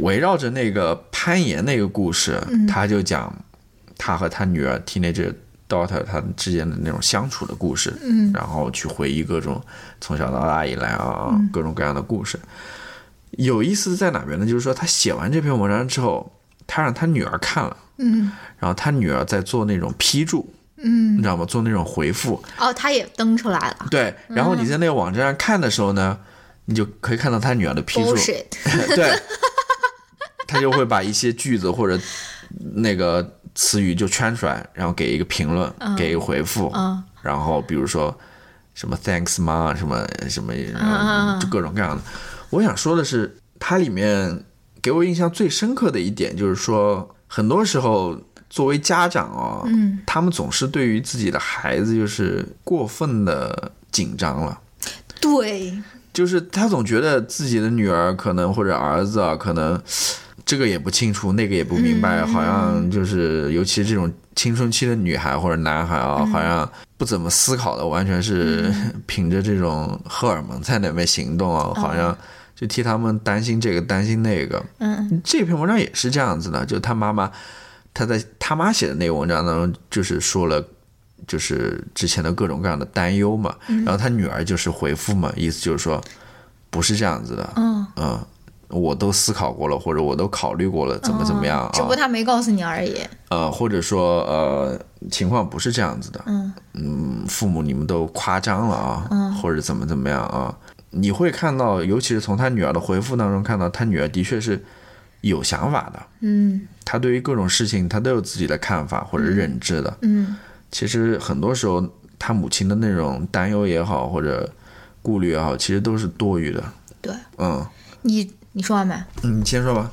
Speaker 2: 围绕着那个攀岩那个故事，
Speaker 1: 嗯
Speaker 2: 他就讲他和他女儿 teenage daughter 他们之间的那种相处的故事，
Speaker 1: 嗯
Speaker 2: 然后去回忆各种从小到大以来啊
Speaker 1: 嗯
Speaker 2: 各种各样的故事。有意思在哪边呢？就是说他写完这篇文章之后，他让他女儿看了，
Speaker 1: 嗯
Speaker 2: 然后他女儿在做那种批注，
Speaker 1: 嗯，
Speaker 2: 你知道吗？做那种回复，
Speaker 1: 哦，他也登出来了
Speaker 2: 对，然后你在那个网站上看的时候呢，你就可以看到他女儿的批注，
Speaker 1: ，bullshit，
Speaker 2: 对，他就会把一些句子或者那个词语就圈出来，然后给一个评论，给一个回复，
Speaker 1: 嗯
Speaker 2: 然后比如说什么 thanks 妈，什么什么，
Speaker 1: 嗯嗯
Speaker 2: 就各种各样的。我想说的是，它里面给我印象最深刻的一点就是说，很多时候。作为家长哦，嗯，他们总是对于自己的孩子就是过分的紧张了，
Speaker 1: 对，
Speaker 2: 就是他总觉得自己的女儿可能或者儿子啊，可能这个也不清楚，那个也不明白，好像就是尤其这种青春期的女孩或者男孩啊，好像不怎么思考的，完全是凭着这种荷尔蒙在那边行动啊，好像就替他们担心这个担心那个。
Speaker 1: 嗯，
Speaker 2: 这篇文章也是这样子的，就他妈妈，他在他妈写的那个文章当中，就是说了就是之前的各种各样的担忧嘛。
Speaker 1: 嗯
Speaker 2: 然后他女儿就是回复嘛，意思就是说不是这样子的，嗯我都思考过了，或者我都考虑过了，怎么怎么样啊？
Speaker 1: 嗯只不过他没告诉你而已。
Speaker 2: 呃，或者说呃，情况不是这样子的，嗯父母你们都夸张了啊，
Speaker 1: 嗯
Speaker 2: 或者怎么怎么样啊，你会看到，尤其是从他女儿的回复当中看到，他女儿的确是有想法的，
Speaker 1: 嗯
Speaker 2: 她对于各种事情她都有自己的看法或者认知的，
Speaker 1: 嗯
Speaker 2: 其实很多时候他母亲的那种担忧也好，或者顾虑也好，其实都是多余的，
Speaker 1: 对
Speaker 2: 嗯，
Speaker 1: 你你说完没？
Speaker 2: 你先说吧，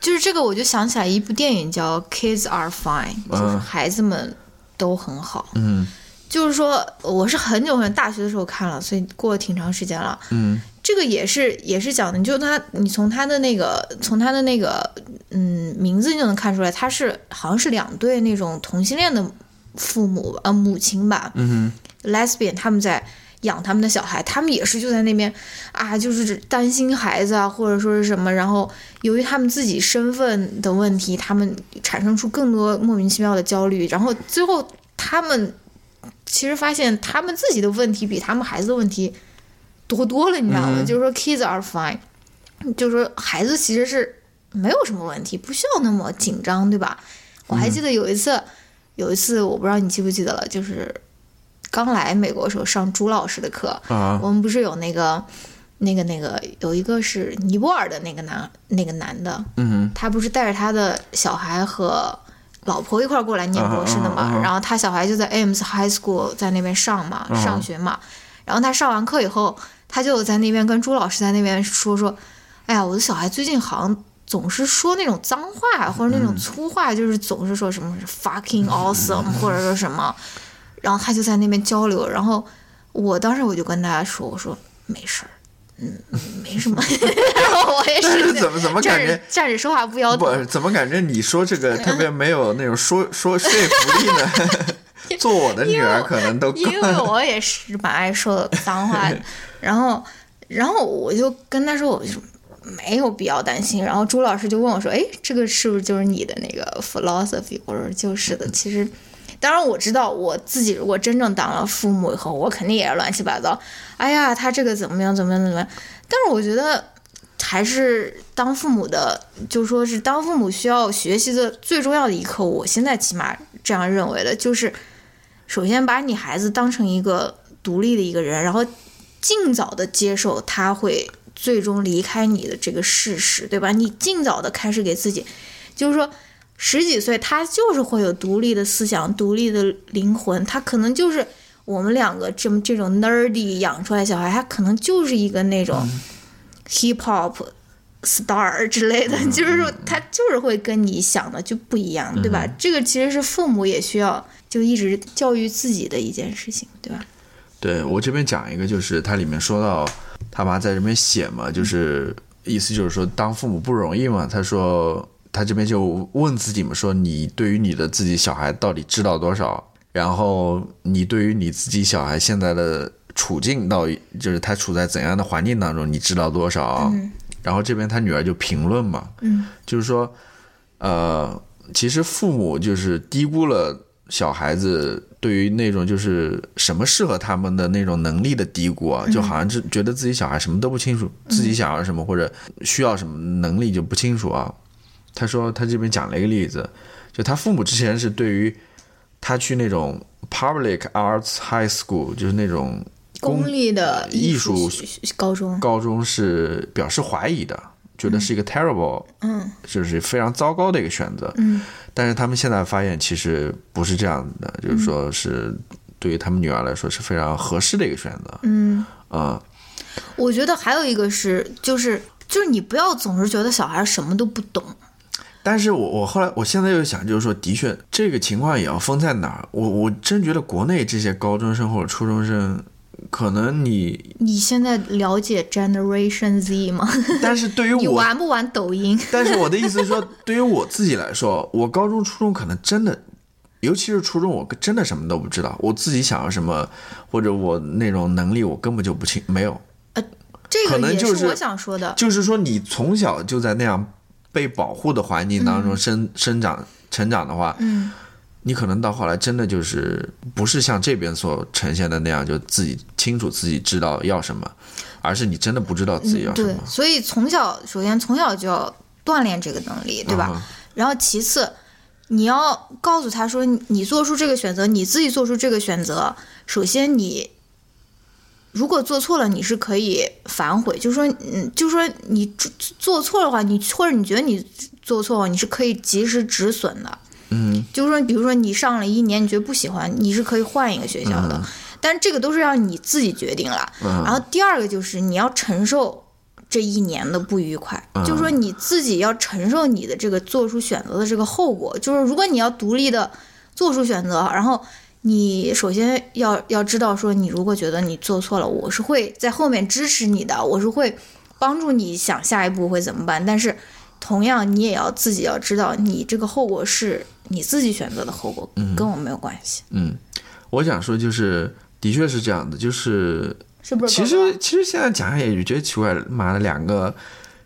Speaker 1: 就是这个，我就想起来一部电影叫《Kids Are Fine》，就是孩子们都很好。
Speaker 2: 嗯
Speaker 1: 就是说，我是很久很久大学的时候看了，所以过了挺长时间了。
Speaker 2: 嗯
Speaker 1: 这个也是也是讲的，你就他，你从他的那个从他的那个嗯名字你就能看出来，他是好像是两对那种同性恋的父母吧呃母亲吧，
Speaker 2: 嗯
Speaker 1: lesbian 他们在养他们的小孩，他们也是就在那边啊，就是担心孩子啊，或者说是什么。然后由于他们自己身份的问题，他们产生出更多莫名其妙的焦虑。然后最后他们其实发现他们自己的问题比他们孩子的问题多多了，你知道吗？就是说 kids are fine，就是说孩子其实是没有什么问题，不需要那么紧张，对吧？我还记得有一次，有一次我不知道你记不记得了，就是刚来美国的时候上朱老师的课，
Speaker 2: 啊
Speaker 1: 我们不是有那个那个那个有一个是尼泊尔的那个男那个男的，
Speaker 2: 嗯
Speaker 1: 他不是带着他的小孩和老婆一块儿过来念博士的嘛，
Speaker 2: 啊啊啊啊
Speaker 1: 然后他小孩就在 Ames High School 在那边上嘛，上学嘛，然后他上完课以后，他就在那边跟朱老师在那边说说，哎呀，我的小孩最近好像。总是说那种脏话或者那种粗话，就是总是说什么是 fucking awesome 或者说什么，然后他就在那边交流，然后我当时我就跟大家说，我说没事儿，嗯，没什么， 然后我也
Speaker 2: 但
Speaker 1: 是
Speaker 2: 是 怎么怎么
Speaker 1: 站
Speaker 2: 感
Speaker 1: 着
Speaker 2: 觉
Speaker 1: 站着说话不腰疼，
Speaker 2: 不，怎么感觉你说这个特别没有那种说说说服力呢？ 做我的女儿可能都
Speaker 1: 因为我也是蛮爱说脏话的， 然后，然后我就跟他说，我就没有必要担心。然后朱老师就问我说：“哎，这个是不是就是你的那个 philosophy？” 我说：“就是的。”其实，当然我知道我自己，我真正当了父母以后，我肯定也是乱七八糟。哎呀，他这个怎么样，怎么样，怎么样？但是我觉得。还是当父母的，就说是当父母需要学习的最重要的一课。我现在起码这样认为的，就是首先把你孩子当成一个独立的一个人，然后尽早的接受他会最终离开你的这个事实，对吧？你尽早的开始给自己，就是说十几岁他就是会有独立的思想、独立的灵魂，他可能就是我们两个这么这种 nerdy 养出来的小孩，他可能就是一个那种 hip hop。star 之类的，
Speaker 2: 嗯
Speaker 1: 就是说他就是会跟你想的就不一样，对
Speaker 2: 嗯
Speaker 1: 吧？这个其实是父母也需要就一直教育自己的一件事情，对吧？
Speaker 2: 对我这边讲一个，就是它里面说到他妈在这边写嘛，就是意思就是说当父母不容易嘛。他说他这边就问自己嘛，说你对于你的自己小孩到底知道多少？然后你对于你自己小孩现在的处境到底就是他处在怎样的环境当中，你知道多少？然后这边他女儿就评论嘛，
Speaker 1: 嗯，
Speaker 2: 就是说，呃，其实父母就是低估了小孩子对于那种就是什么适合他们的那种能力的低估
Speaker 1: 嗯
Speaker 2: 啊，就好像是觉得自己小孩什么都不清楚，自己想要什么或者需要什么能力就不清楚啊。他说他这边讲了一个例子，就他父母之前是对于他去那种 public arts high school，就是那种公
Speaker 1: 公立的
Speaker 2: 艺术
Speaker 1: 学学高中，
Speaker 2: 高中是表示怀疑的，觉得是一个 terrible，
Speaker 1: 嗯，
Speaker 2: 就是非常糟糕的一个选择。
Speaker 1: 嗯，
Speaker 2: 但是他们现在发现其实不是这样的，就是说是对于他们女儿来说是非常合适的一个选择。
Speaker 1: 嗯，
Speaker 2: 啊、
Speaker 1: 我觉得还有一个是，就是就是你不要总是觉得小孩什么都不懂，
Speaker 2: 但是我我后来我现在又想，就是说，的确这个情况也要分在哪儿。我我真觉得国内这些高中生或者初中生，可能你，
Speaker 1: 你现在了解 Generation Z 吗？
Speaker 2: 但是对于
Speaker 1: 你
Speaker 2: 我
Speaker 1: 玩不玩抖音？
Speaker 2: 但是我的意思是说，对于我自己来说，我高中、初中可能真的，尤其是初中，我真的什么都不知道，我自己想要什么，或者我那种能力，我根本就不清没有。
Speaker 1: 这
Speaker 2: 可
Speaker 1: 个
Speaker 2: 能
Speaker 1: 也
Speaker 2: 就是
Speaker 1: 我想说的，
Speaker 2: 就是说，你从小就在那样被保护的环境当中生、生长成长的话，
Speaker 1: 嗯，
Speaker 2: 你可能到后来真的就是不是像这边所呈现的那样，就自己清楚自己知道要什么，而是你真的不知道自己要什么
Speaker 1: 嗯对，。所以从小，首先从小就要锻炼这个能力，对吧？
Speaker 2: 嗯哼
Speaker 1: 然后其次，你要告诉他说，你你做出这个选择，你自己做出这个选择，首先你如果做错了，你是可以反悔，就说，嗯，就说你做做错的话，你或者你觉得你做错了，你是可以及时止损的。
Speaker 2: 嗯，
Speaker 1: 就是说，比如说你上了一年，你觉得不喜欢，你是可以换一个学校的，但这个都是让你自己决定了。
Speaker 2: 嗯
Speaker 1: 然后第二个就是你要承受这一年的不愉快，就是说你自己要承受你的这个做出选择的这个后果。就是如果你要独立的做出选择，然后你首先要要知道说，你如果觉得你做错了，我是会在后面支持你的，我是会帮助你想下一步会怎么办。但是同样，你也要自己要知道，你这个后果是你自己选择的后果，
Speaker 2: 嗯
Speaker 1: 跟我没有关系，
Speaker 2: 我想说就是，的确是这样的，就是
Speaker 1: 是不是？
Speaker 2: 其实其实现在讲来也觉得奇怪，妈的两个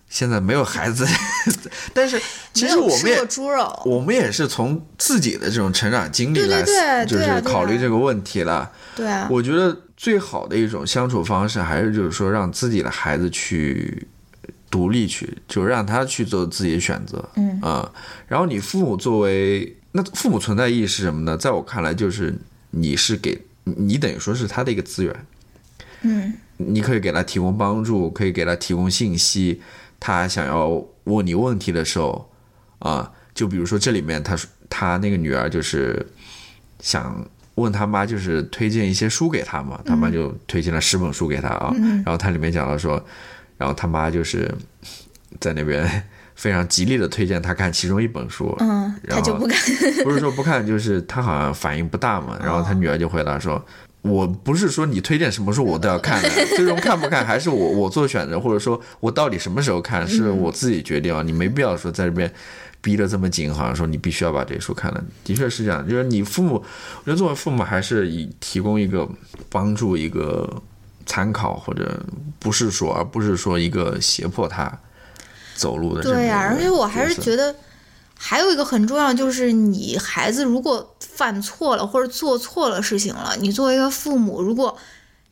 Speaker 2: 现在没有孩子， 但是其实
Speaker 1: 没有
Speaker 2: 我
Speaker 1: 吃
Speaker 2: 们也
Speaker 1: 过猪肉，
Speaker 2: 我们也是从自己的这种成长经历
Speaker 1: 对对
Speaker 2: 来
Speaker 1: 对对
Speaker 2: 就
Speaker 1: 啊
Speaker 2: 是
Speaker 1: 对啊
Speaker 2: 考虑这个问题了。
Speaker 1: 对啊，
Speaker 2: 我觉得最好的一种相处方式，还是就是说让自己的孩子去独立去，就让他去做自己的选择。嗯啊、然后你父母作为那父母存在意义是什么呢？在我看来，就是你是给你你等于说是他的一个资源。
Speaker 1: 嗯，
Speaker 2: 你可以给他提供帮助，可以给他提供信息。他想要问你问题的时候，啊、就比如说这里面他说他那个女儿就是想问他妈，就是推荐一些书给他嘛，他妈就推荐了十本书给他啊。然后他里面讲到说，然后他妈就是在那边非常极力的推荐他看其中一本书，
Speaker 1: 嗯，
Speaker 2: 然
Speaker 1: 他
Speaker 2: 后
Speaker 1: 就不敢，
Speaker 2: 不是说不看，就是他好像反应不大嘛。然
Speaker 1: 哦
Speaker 2: 后他女儿就回答说：“我不是说你推荐什么书我都要看的， 最终看不看还是我我做选择，或者说我到底什么时候看是
Speaker 1: 嗯
Speaker 2: 我自己决定啊，你没必要说在这边逼得这么紧，好像说你必须要把这书看了。的确是这样，就是你父母，我觉得作为父母还是以提供一个帮助一个。”参考或者不是说，而不是说一个胁迫他走路的这么一
Speaker 1: 对
Speaker 2: 个角色。
Speaker 1: 呀、而且我还是觉得，还有一个很重要的就是，你孩子如果犯错了或者做错了事情了，你作为一个父母，如果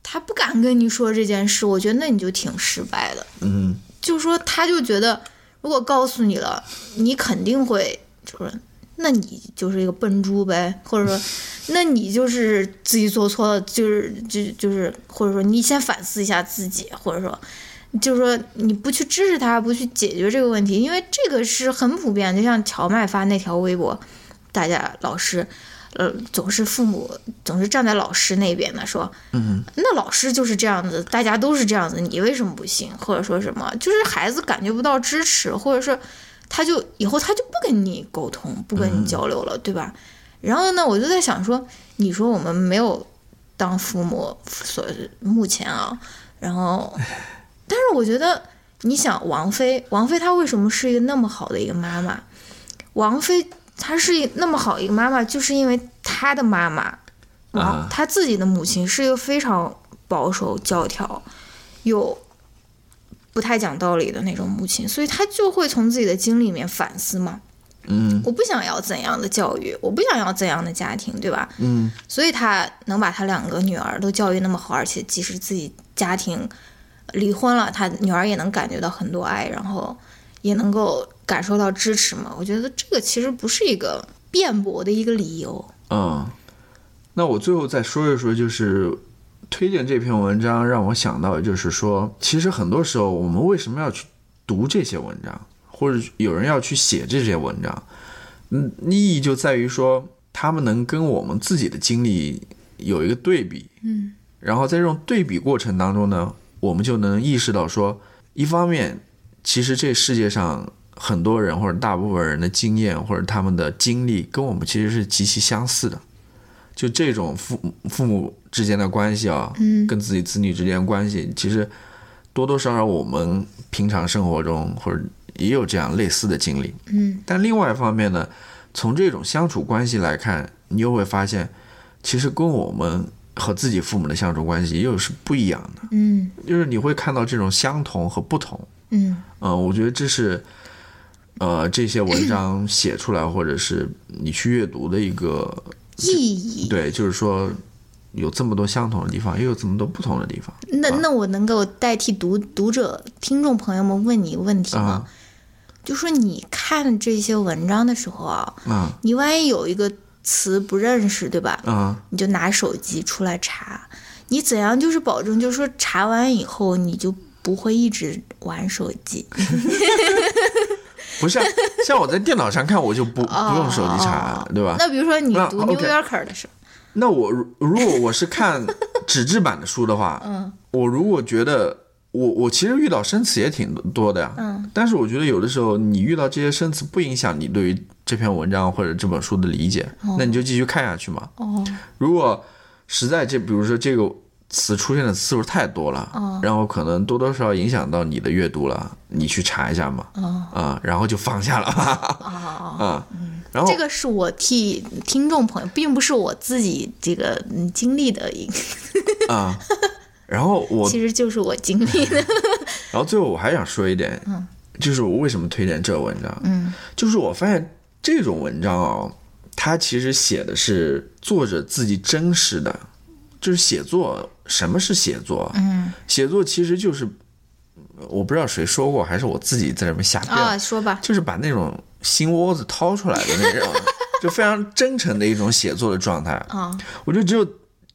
Speaker 1: 他不敢跟你说这件事，我觉得那你就挺失败的。
Speaker 2: 嗯，
Speaker 1: 就是说，他就觉得如果告诉你了，你肯定会就是。那你就是一个笨猪呗，或者 说，那你就是自己做错了，就是就就是，或者说你先反思一下自己，或者说，就是说你不去支持他，不去解决这个问题，因为这个是很普遍。就像乔麦发那条微博，大家老师，呃，总是父母总是站在老师那边的，说，嗯，那老师就是这样子，大家都是这样子，你为什么不行？或者说什么，就是孩子感觉不到支持，或者是他就以后他就不跟你沟通，不跟你交流了，对吧？然后呢，我就在想说，你说我们没有当父母，所目前啊，然后，但是我觉得，你想王菲，王菲她为什么是一个那么好的一个妈妈？王菲她是一那么好一个妈妈，就是因为她的妈妈，王
Speaker 2: 啊
Speaker 1: 她自己的母亲是一个非常保守、教条，有不太讲道理的那种母亲，所以她就会从自己的经历里面反思嘛。
Speaker 2: 嗯
Speaker 1: 我不想要怎样的教育，我不想要怎样的家庭，对吧？
Speaker 2: 嗯，
Speaker 1: 所以他能把他两个女儿都教育那么好，而且即使自己家庭离婚了，他女儿也能感觉到很多爱，然后也能够感受到支持嘛。我觉得这个其实不是一个辩驳的一个理由。
Speaker 2: 嗯，那我最后再说一说，就是推荐这篇文章让我想到，就是说，其实很多时候我们为什么要去读这些文章，或者有人要去写这些文章，嗯，意义就在于说，他们能跟我们自己的经历有一个对比，
Speaker 1: 嗯，
Speaker 2: 然后在这种对比过程当中呢，我们就能意识到说，一方面，其实这世界上很多人或者大部分人的经验或者他们的经历跟我们其实是极其相似的。就这种父母父母之间的关系啊，
Speaker 1: 嗯
Speaker 2: 跟自己子女之间的关系，其实多多少少我们平常生活中或者也有这样类似的经历。
Speaker 1: 嗯，
Speaker 2: 但另外一方面呢，从这种相处关系来看，你又会发现，其实跟我们和自己父母的相处关系又是不一样的，
Speaker 1: 嗯
Speaker 2: 就是你会看到这种相同和不同。呃
Speaker 1: 嗯，
Speaker 2: 嗯，我觉得这是呃这些文章写出来，或者是你去阅读的一个
Speaker 1: 意义。
Speaker 2: 对，就是说有这么多相同的地方，也有这么多不同的地方
Speaker 1: 那那我能够代替读读者、听众朋友们问你一个问题吗？
Speaker 2: 啊
Speaker 1: 就说你看这些文章的时候啊，
Speaker 2: 啊
Speaker 1: 你万一有一个词不认识，对吧？
Speaker 2: 啊！
Speaker 1: 你就拿手机出来查，你怎样就是保证，就是说查完以后你就不会一直玩手机。
Speaker 2: 不像像我在电脑上看，我就不
Speaker 1: 哦
Speaker 2: 不用手机查，对吧？
Speaker 1: 那比如说你
Speaker 2: 那
Speaker 1: 读
Speaker 2: OK
Speaker 1: New Yorker 的时候，
Speaker 2: 那我如如果我是看纸质版的书的话，嗯，我如果觉得我我其实遇到生词也挺多的呀，嗯，但是我觉得有的时候你遇到这些生词不影响你对于这篇文章或者这本书的理解，那你就继续看下去嘛。
Speaker 1: 哦，
Speaker 2: 如果实在这比如说这个词出现的次数太多了，
Speaker 1: 哦
Speaker 2: 然后可能多多少少影响到你的阅读了，你去查一下嘛，
Speaker 1: 哦
Speaker 2: 啊、然后就放下了， 啊，然后
Speaker 1: 这个是我替听众朋友，并不是我自己这个嗯经历的一个，
Speaker 2: 啊。然后我
Speaker 1: 其实就是我经历 的。
Speaker 2: 然后最后我还想说一点，就是我为什么推荐这文章，嗯，就是我发现这种文章啊，它其实写的是作者自己真实的，就是写作。什么是写作？嗯，写作其实就是，我不知道谁说过，还是我自己在这边瞎编，
Speaker 1: 啊，说吧，
Speaker 2: 就是把那种心窝子掏出来的那 种，就非常真诚的一种写作的状态啊。我觉得只有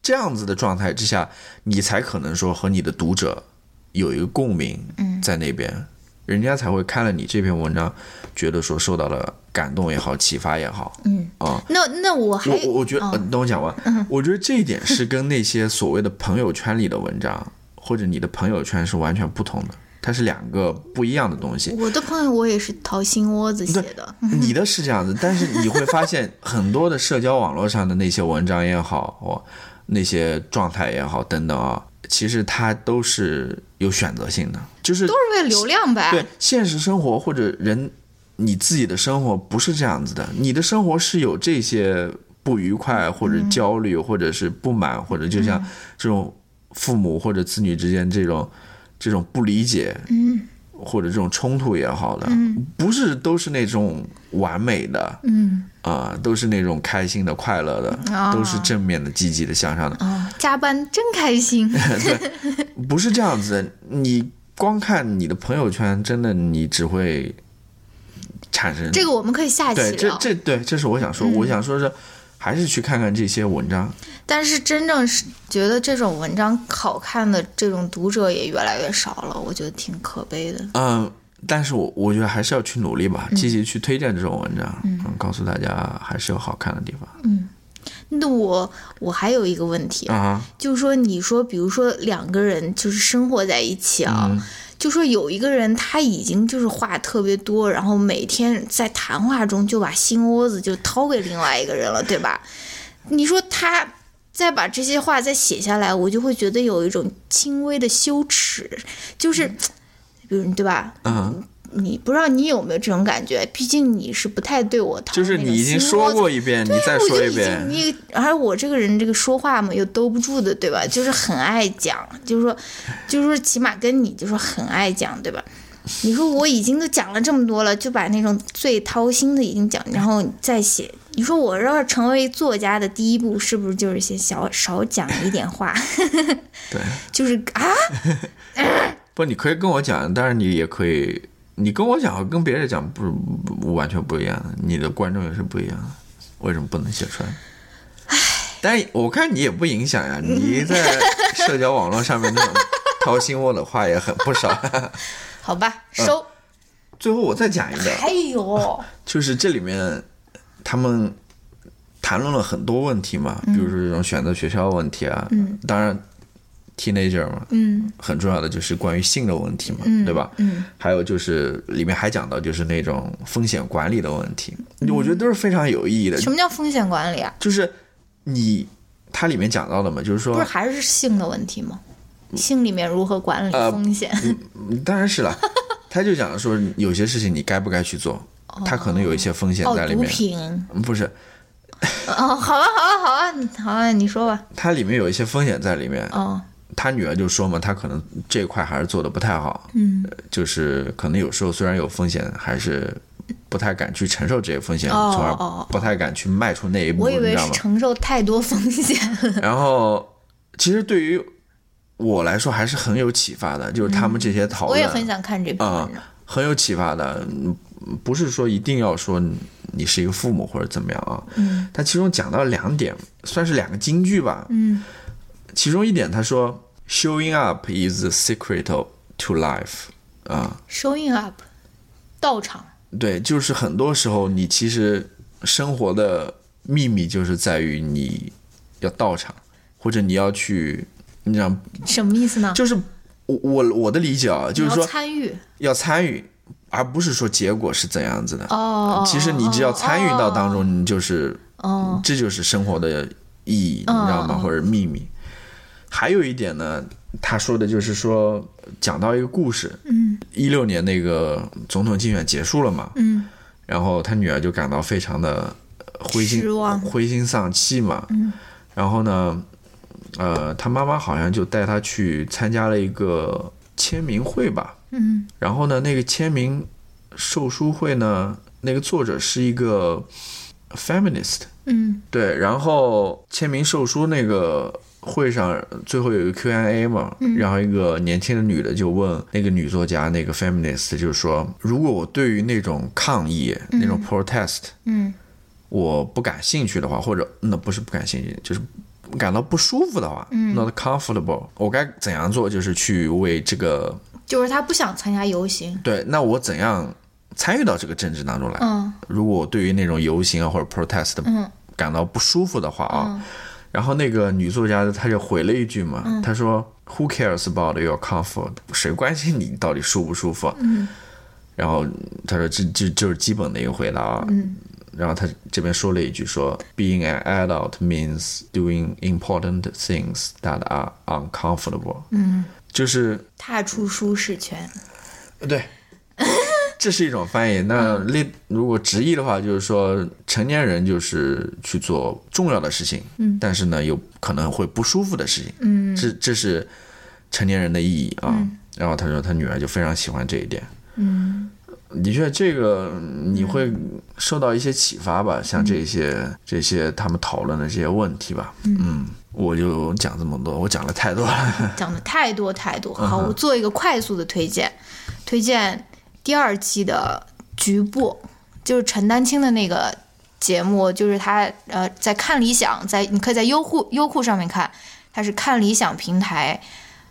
Speaker 2: 这样子的状态之下，你才可能说和你的读者有一个共鸣，在那边，人家才会看了你这篇文章，觉得说受到了感动也好，启发也好，嗯啊。
Speaker 1: 那那我还
Speaker 2: 我我我觉得，呃等我讲完。我觉得这一点是跟那些所谓的朋友圈里的文章，或者你的朋友圈是完全不同的，它是两个不一样的东西。
Speaker 1: 我的朋友我也是掏心窝子写的，
Speaker 2: 你的是这样子，但是你会发现很多的社交网络上的那些文章也好， 哦，那些状态也好，等等啊，其实它都是有选择性的，就是
Speaker 1: 都是为了流量
Speaker 2: 对
Speaker 1: 呗。
Speaker 2: 现实生活或者人你自己的生活不是这样子的，你的生活是有这些不愉快或者焦
Speaker 1: 嗯
Speaker 2: 虑或者是不满或者就像这种父母或者子女之间这种这种不理解，
Speaker 1: 嗯
Speaker 2: 或者这种冲突也好的，不是都是那种完美的
Speaker 1: 嗯
Speaker 2: 啊、都是那种开心的、快乐的，
Speaker 1: 啊
Speaker 2: 都是正面的、积极的、向上的，
Speaker 1: 啊，加班真开 心。
Speaker 2: 不是这样子的。你光看你的朋友圈，真的你只会产生
Speaker 1: 这个我们嗯可以下期
Speaker 2: 对这
Speaker 1: 聊。
Speaker 2: 这对，这是我想说，我想说是还是去看看这些文章，
Speaker 1: 但是真正是觉得这种文章好看的这种读者也越来越少了，我觉得挺可悲的。
Speaker 2: 嗯。但是我我觉得还是要去努力
Speaker 1: 嗯
Speaker 2: 吧，积极去推荐这种文章，嗯，告诉大家还是有好看的地方
Speaker 1: 嗯那我我还有一个问题，
Speaker 2: 啊
Speaker 1: 就是说，你说比如说两个人就是生活在一起啊，
Speaker 2: 嗯
Speaker 1: 就说有一个人他已经就是话特别多，然后每天在谈话中就把心窝子就掏给另外一个人了，对吧？你说他再把这些话再写下来，我就会觉得有一种轻微的羞耻，就是，
Speaker 2: 嗯
Speaker 1: 比如对吧？
Speaker 2: 啊！
Speaker 1: 你不知道你有没有这种感觉？毕竟你是不太对我掏，
Speaker 2: 就是你已经说过一遍，你再
Speaker 1: 我
Speaker 2: 说
Speaker 1: 就
Speaker 2: 一
Speaker 1: 已经
Speaker 2: 遍，
Speaker 1: 你，而我这个人这个说话嘛又兜不住的，对吧？就是很爱讲，就是说，就是说起码跟你就说很爱讲，对吧？你说我已经都讲了这么多了，就把那种最掏心的已经讲，然后你再写。你说我要是成为作家的第一步，是不是就是先少少讲一点话？
Speaker 2: 对，
Speaker 1: 就是啊，
Speaker 2: 不，你可以跟我讲，但是你也可以，你跟我讲和跟别人讲不不不完全不一样的，你的观众也是不一样的，为什么不能写出来？但是我看你也不影响呀，啊你在社交网络上 面那种掏心窝的话也很不少。
Speaker 1: 好吧，收。
Speaker 2: 最后我再讲一个，
Speaker 1: 哎呦，
Speaker 2: 就是这里面他们谈论了很多问题嘛，
Speaker 1: 嗯
Speaker 2: 比如说这种选择学校问题啊，当然 teenager 嘛，
Speaker 1: 嗯
Speaker 2: 很重要的就是关于性的问题嘛，对吧？
Speaker 1: 嗯，
Speaker 2: 还有就是里面还讲到就是那种风险管理的问题，我觉得都是非常有意义的
Speaker 1: 嗯什。么叫风险管理啊？
Speaker 2: 就是你它里面讲到的嘛，就是
Speaker 1: 不是
Speaker 2: 说，
Speaker 1: 还是性的问题吗？性里面如何管理
Speaker 2: 呃
Speaker 1: 风险？
Speaker 2: 嗯当然是了， 他就讲说有些事情你该不该去做，它可能有一些风险
Speaker 1: 哦，
Speaker 2: 在里
Speaker 1: 毒
Speaker 2: 面。
Speaker 1: 品。
Speaker 2: 嗯不是，
Speaker 1: 哦，好啊，好啊，好啊，你好啊，你说吧。
Speaker 2: 它里面有一些风险在里面。
Speaker 1: 哦，
Speaker 2: 他女儿就说嘛，他可能嗯这一块还是做的不太好，嗯，就是可能有时候虽然有风险，还是不太敢去承受这些风险，
Speaker 1: 哦
Speaker 2: 从
Speaker 1: 哦
Speaker 2: 而不太敢去迈出那一步，
Speaker 1: 我
Speaker 2: 你
Speaker 1: 以
Speaker 2: 知
Speaker 1: 为
Speaker 2: 道
Speaker 1: 是
Speaker 2: 吗？
Speaker 1: 承受太多风险。
Speaker 2: 然后，其实对于我来说还是很有启发的，就是他们这些讨论，
Speaker 1: 嗯我也很想看这篇
Speaker 2: 啊、
Speaker 1: 文章。
Speaker 2: 很有启发的。嗯不是说一定要说你你是一个父母或者怎么样啊，嗯，他其中讲到两点，算是两个金句吧，
Speaker 1: 嗯，
Speaker 2: 其中一点他说，showing up is the secret of- to life，啊、
Speaker 1: Showing up，到场。
Speaker 2: 对，就是很多时候你其实生活的秘密就是在于你要到场，或者你要去，你让
Speaker 1: 什么意思呢？
Speaker 2: 就是我我我的理解啊，就
Speaker 1: 你
Speaker 2: 是
Speaker 1: 要
Speaker 2: 说
Speaker 1: 参与
Speaker 2: 要参与，而不是说结果是怎样子的。
Speaker 1: 哦。
Speaker 2: 其实你只要参与到当中，你就是，
Speaker 1: 哦嗯
Speaker 2: 这就是生活的意义，你知道吗？或者秘密。还有一点呢，他说的就是说，讲到一个故事，嗯，一六年那个总统竞选结束了嘛，
Speaker 1: 嗯，
Speaker 2: 然后他女儿就感到非常的灰心呃
Speaker 1: 失望
Speaker 2: 灰心丧气嘛，嗯，然后呢，呃，他妈妈好像就带他去参加了一个签名会吧，
Speaker 1: 嗯
Speaker 2: 然后呢，那个签名售书会呢，那个作者是一个 feminist，
Speaker 1: 嗯
Speaker 2: 对，然后签名售书那个会上最后有一个 Q&A 嘛，然后一个年轻的女的就问那个女作家那个 feminist，就是说，如果我对于那种抗议、那种 protest，
Speaker 1: 嗯
Speaker 2: 我不感兴趣的话，或者那不是不感兴趣，就是感到不舒服的话、n o t comfortable，我该怎样做？就是去为这个
Speaker 1: 就是他不想参加游行。
Speaker 2: 对，那我怎样参与到这个政治当中来？
Speaker 1: 嗯
Speaker 2: 如果我对于那种游行啊或者 protest
Speaker 1: 嗯
Speaker 2: 感到不舒服的话啊，然后那个女作家她就回了一句嘛，
Speaker 1: 嗯
Speaker 2: 她说：“Who cares about your comfort？谁关心你到底舒不舒服？”
Speaker 1: 嗯
Speaker 2: 然后她说这这这是基本的一个回答啊。
Speaker 1: 嗯
Speaker 2: 然后她这边说了一句说：“Being an adult means doing important things that are uncomfortable。”
Speaker 1: 嗯，
Speaker 2: 就是
Speaker 1: 踏出舒适圈。
Speaker 2: 对，这是一种翻译。那另如果直译的话，就是说成年人就是去做重要的事情，嗯，但是呢，有可能会不舒服的事情，嗯，这这是成年人的意义啊。然后他说他女儿就非常喜欢这一点，嗯，的确，这个你会受到一些启发吧，像这些这些他们讨论的这些问题吧，嗯。我就讲这么多，我讲了太多了。
Speaker 1: 讲的太多太多。好，我做一个快速的推荐，推荐第二期的《局部》，就是陈丹青的那个节目，就是他呃在看理想，在你可以在优酷优酷上面看，它是看理想平台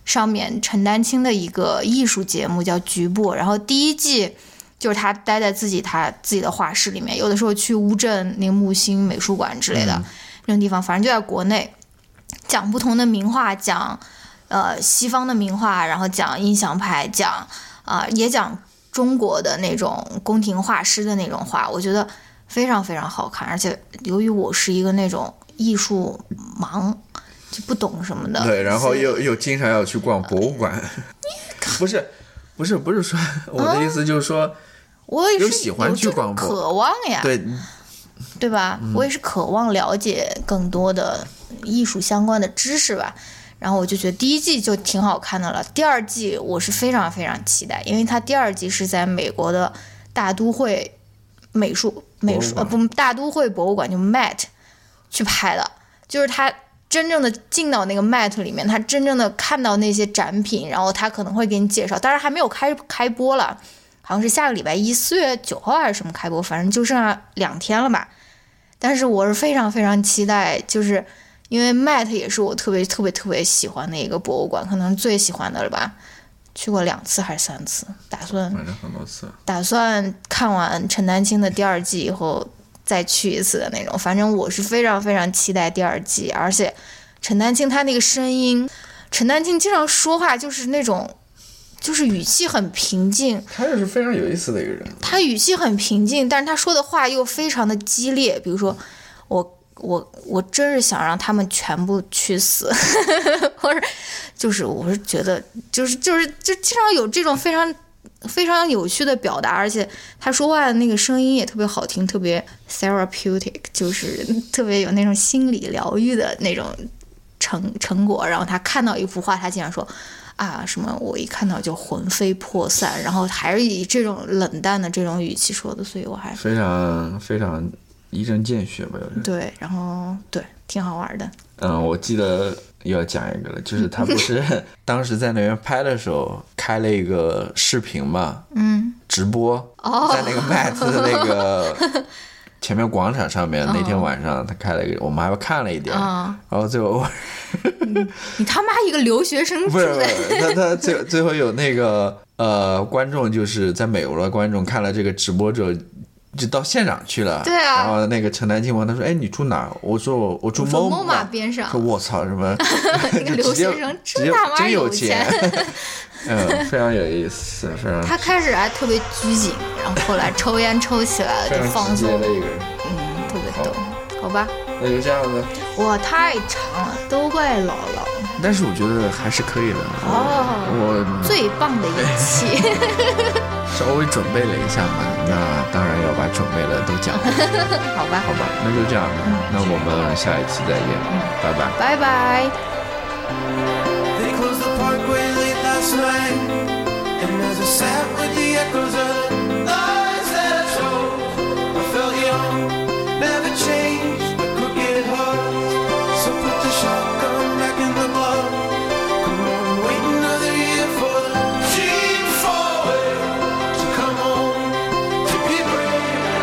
Speaker 1: 上面陈丹青的一个艺术节目叫《局部》，然后第一季。就是他待在自己他自己的画室里面，有的时候去乌镇那个木心美术馆之类的、
Speaker 2: 嗯
Speaker 1: 那种地方，反正就在国内，讲不同的名画，讲呃西方的名画，然后讲印象派，讲啊、也讲中国的那种宫廷画师的那种画，我觉得非常非常好看。而且由于我是一个那种艺术盲，就不懂什么的，
Speaker 2: 对，然后
Speaker 1: 所以
Speaker 2: 又又经常要去逛博物馆， 不是，不是，不是说我的意思就是
Speaker 1: 哦
Speaker 2: 说，
Speaker 1: 我也
Speaker 2: 又
Speaker 1: 是
Speaker 2: 喜欢
Speaker 1: 有
Speaker 2: 去
Speaker 1: 这个
Speaker 2: 逛博
Speaker 1: 渴望呀，
Speaker 2: 对，嗯
Speaker 1: 对吧？我也是渴望了解更多的艺术相关的知识吧。然后我就觉得第一季就挺好看的了，第二季我是非常非常期待，因为它第二季是在美国的大都会美术美术
Speaker 2: 博
Speaker 1: 呃
Speaker 2: 物馆
Speaker 1: 不大都会博物馆就 Met 去拍的，就是他真正的进到那个 Met 里面，他真正的看到那些展品，然后他可能会给你介绍，当然还没有开开播了，好像是下个礼拜一，四月九号还是什么开播，反正就剩下两天了吧。但是我是非常非常期待，就是因为 Met 也是我特别特别特别喜欢的一个博物馆，可能最喜欢的了吧。去过两次还是三次，打算
Speaker 2: 反正很多次。
Speaker 1: 打算看完陈丹青的第二季以后再去一次的那种。反正我是非常非常期待第二季，而且陈丹青他那个声音，陈丹青经常说话就是那种，就是语气很平静，
Speaker 2: 他就是非常有意思的一个人，
Speaker 1: 他语气很平静，但是他说的话又非常的激烈，比如说我我我真是想让他们全部去死， 或者就是我是觉得就是就是就经常有这种非常非常有趣的表达，而且他说话的那个声音也特别好听，特别 therapeutic，就是 特别有那种心理疗愈的那种成成果。然后他看到一幅画，他竟然说啊什么，我一看到就魂飞魄散，然后还是以这种冷淡的这种语气说的，所以我还
Speaker 2: 非常非常一针见血吧，有点。
Speaker 1: 对，然后对，挺好玩的。
Speaker 2: 嗯，我记得又要讲一个了，就是他 不是当时在那边拍的时候开了一个视频嘛，
Speaker 1: 嗯，
Speaker 2: 直播，
Speaker 1: 哦
Speaker 2: 在那个麦子的 那个前面广场上面，那天晚上他开了一个，我们还看了一点，
Speaker 1: 嗯
Speaker 2: 然后最后
Speaker 1: 你他妈一个留学 生
Speaker 2: 不是不是，他他最最后有那个呃观众就是在美国的观众看了这个直播之后。就到现场去了，
Speaker 1: 对啊
Speaker 2: 然后那个陈丹青问他说：“哎，你住哪儿？”我说：“我我住
Speaker 1: 我住
Speaker 2: MoMA
Speaker 1: MoMA 边上
Speaker 2: 说：“我操，什么
Speaker 1: 那个 留
Speaker 2: 就直接
Speaker 1: 学生
Speaker 2: 直
Speaker 1: 真
Speaker 2: 接
Speaker 1: 他妈
Speaker 2: 真有
Speaker 1: 有钱。
Speaker 2: 嗯，非常有意思，非常
Speaker 1: 他开始还特别拘谨，然后后来抽烟抽起来了，
Speaker 2: 非
Speaker 1: 就
Speaker 2: 常
Speaker 1: 放
Speaker 2: 直
Speaker 1: 松
Speaker 2: 接，的一个人。
Speaker 1: 嗯，特别逗，好吧？
Speaker 2: 那就这样子。
Speaker 1: 哇，太长了，都怪姥姥
Speaker 4: 但是我觉得还是可以的。
Speaker 1: 哦，
Speaker 2: 嗯
Speaker 4: 我
Speaker 1: 最棒的一期。
Speaker 4: 稍微准备了一下嘛，
Speaker 2: 那当然要把准备的都讲完，
Speaker 1: 好吧，
Speaker 2: 好吧？那就这样，那我们下一期再见，拜拜。
Speaker 1: 拜拜。
Speaker 5: They closed the parkway late last night. And as I sat with the echoes of the lies that I told, I felt young, never changed, but crooked hearts. So put the shotgun back in the glove. Come on, wait another year for the sheep forward to come home, to be brave.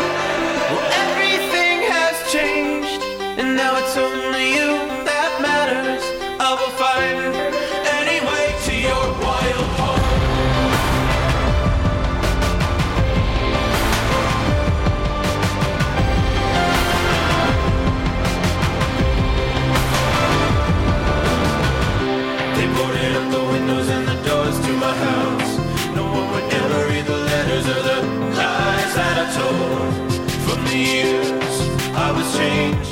Speaker 5: Well, everything has changed, and now it's only you that matters. I will find any way to your wild home. They boarded up the windows and the doors to my house. No one would ever read the letters or the lies that I told. From the years I was changed,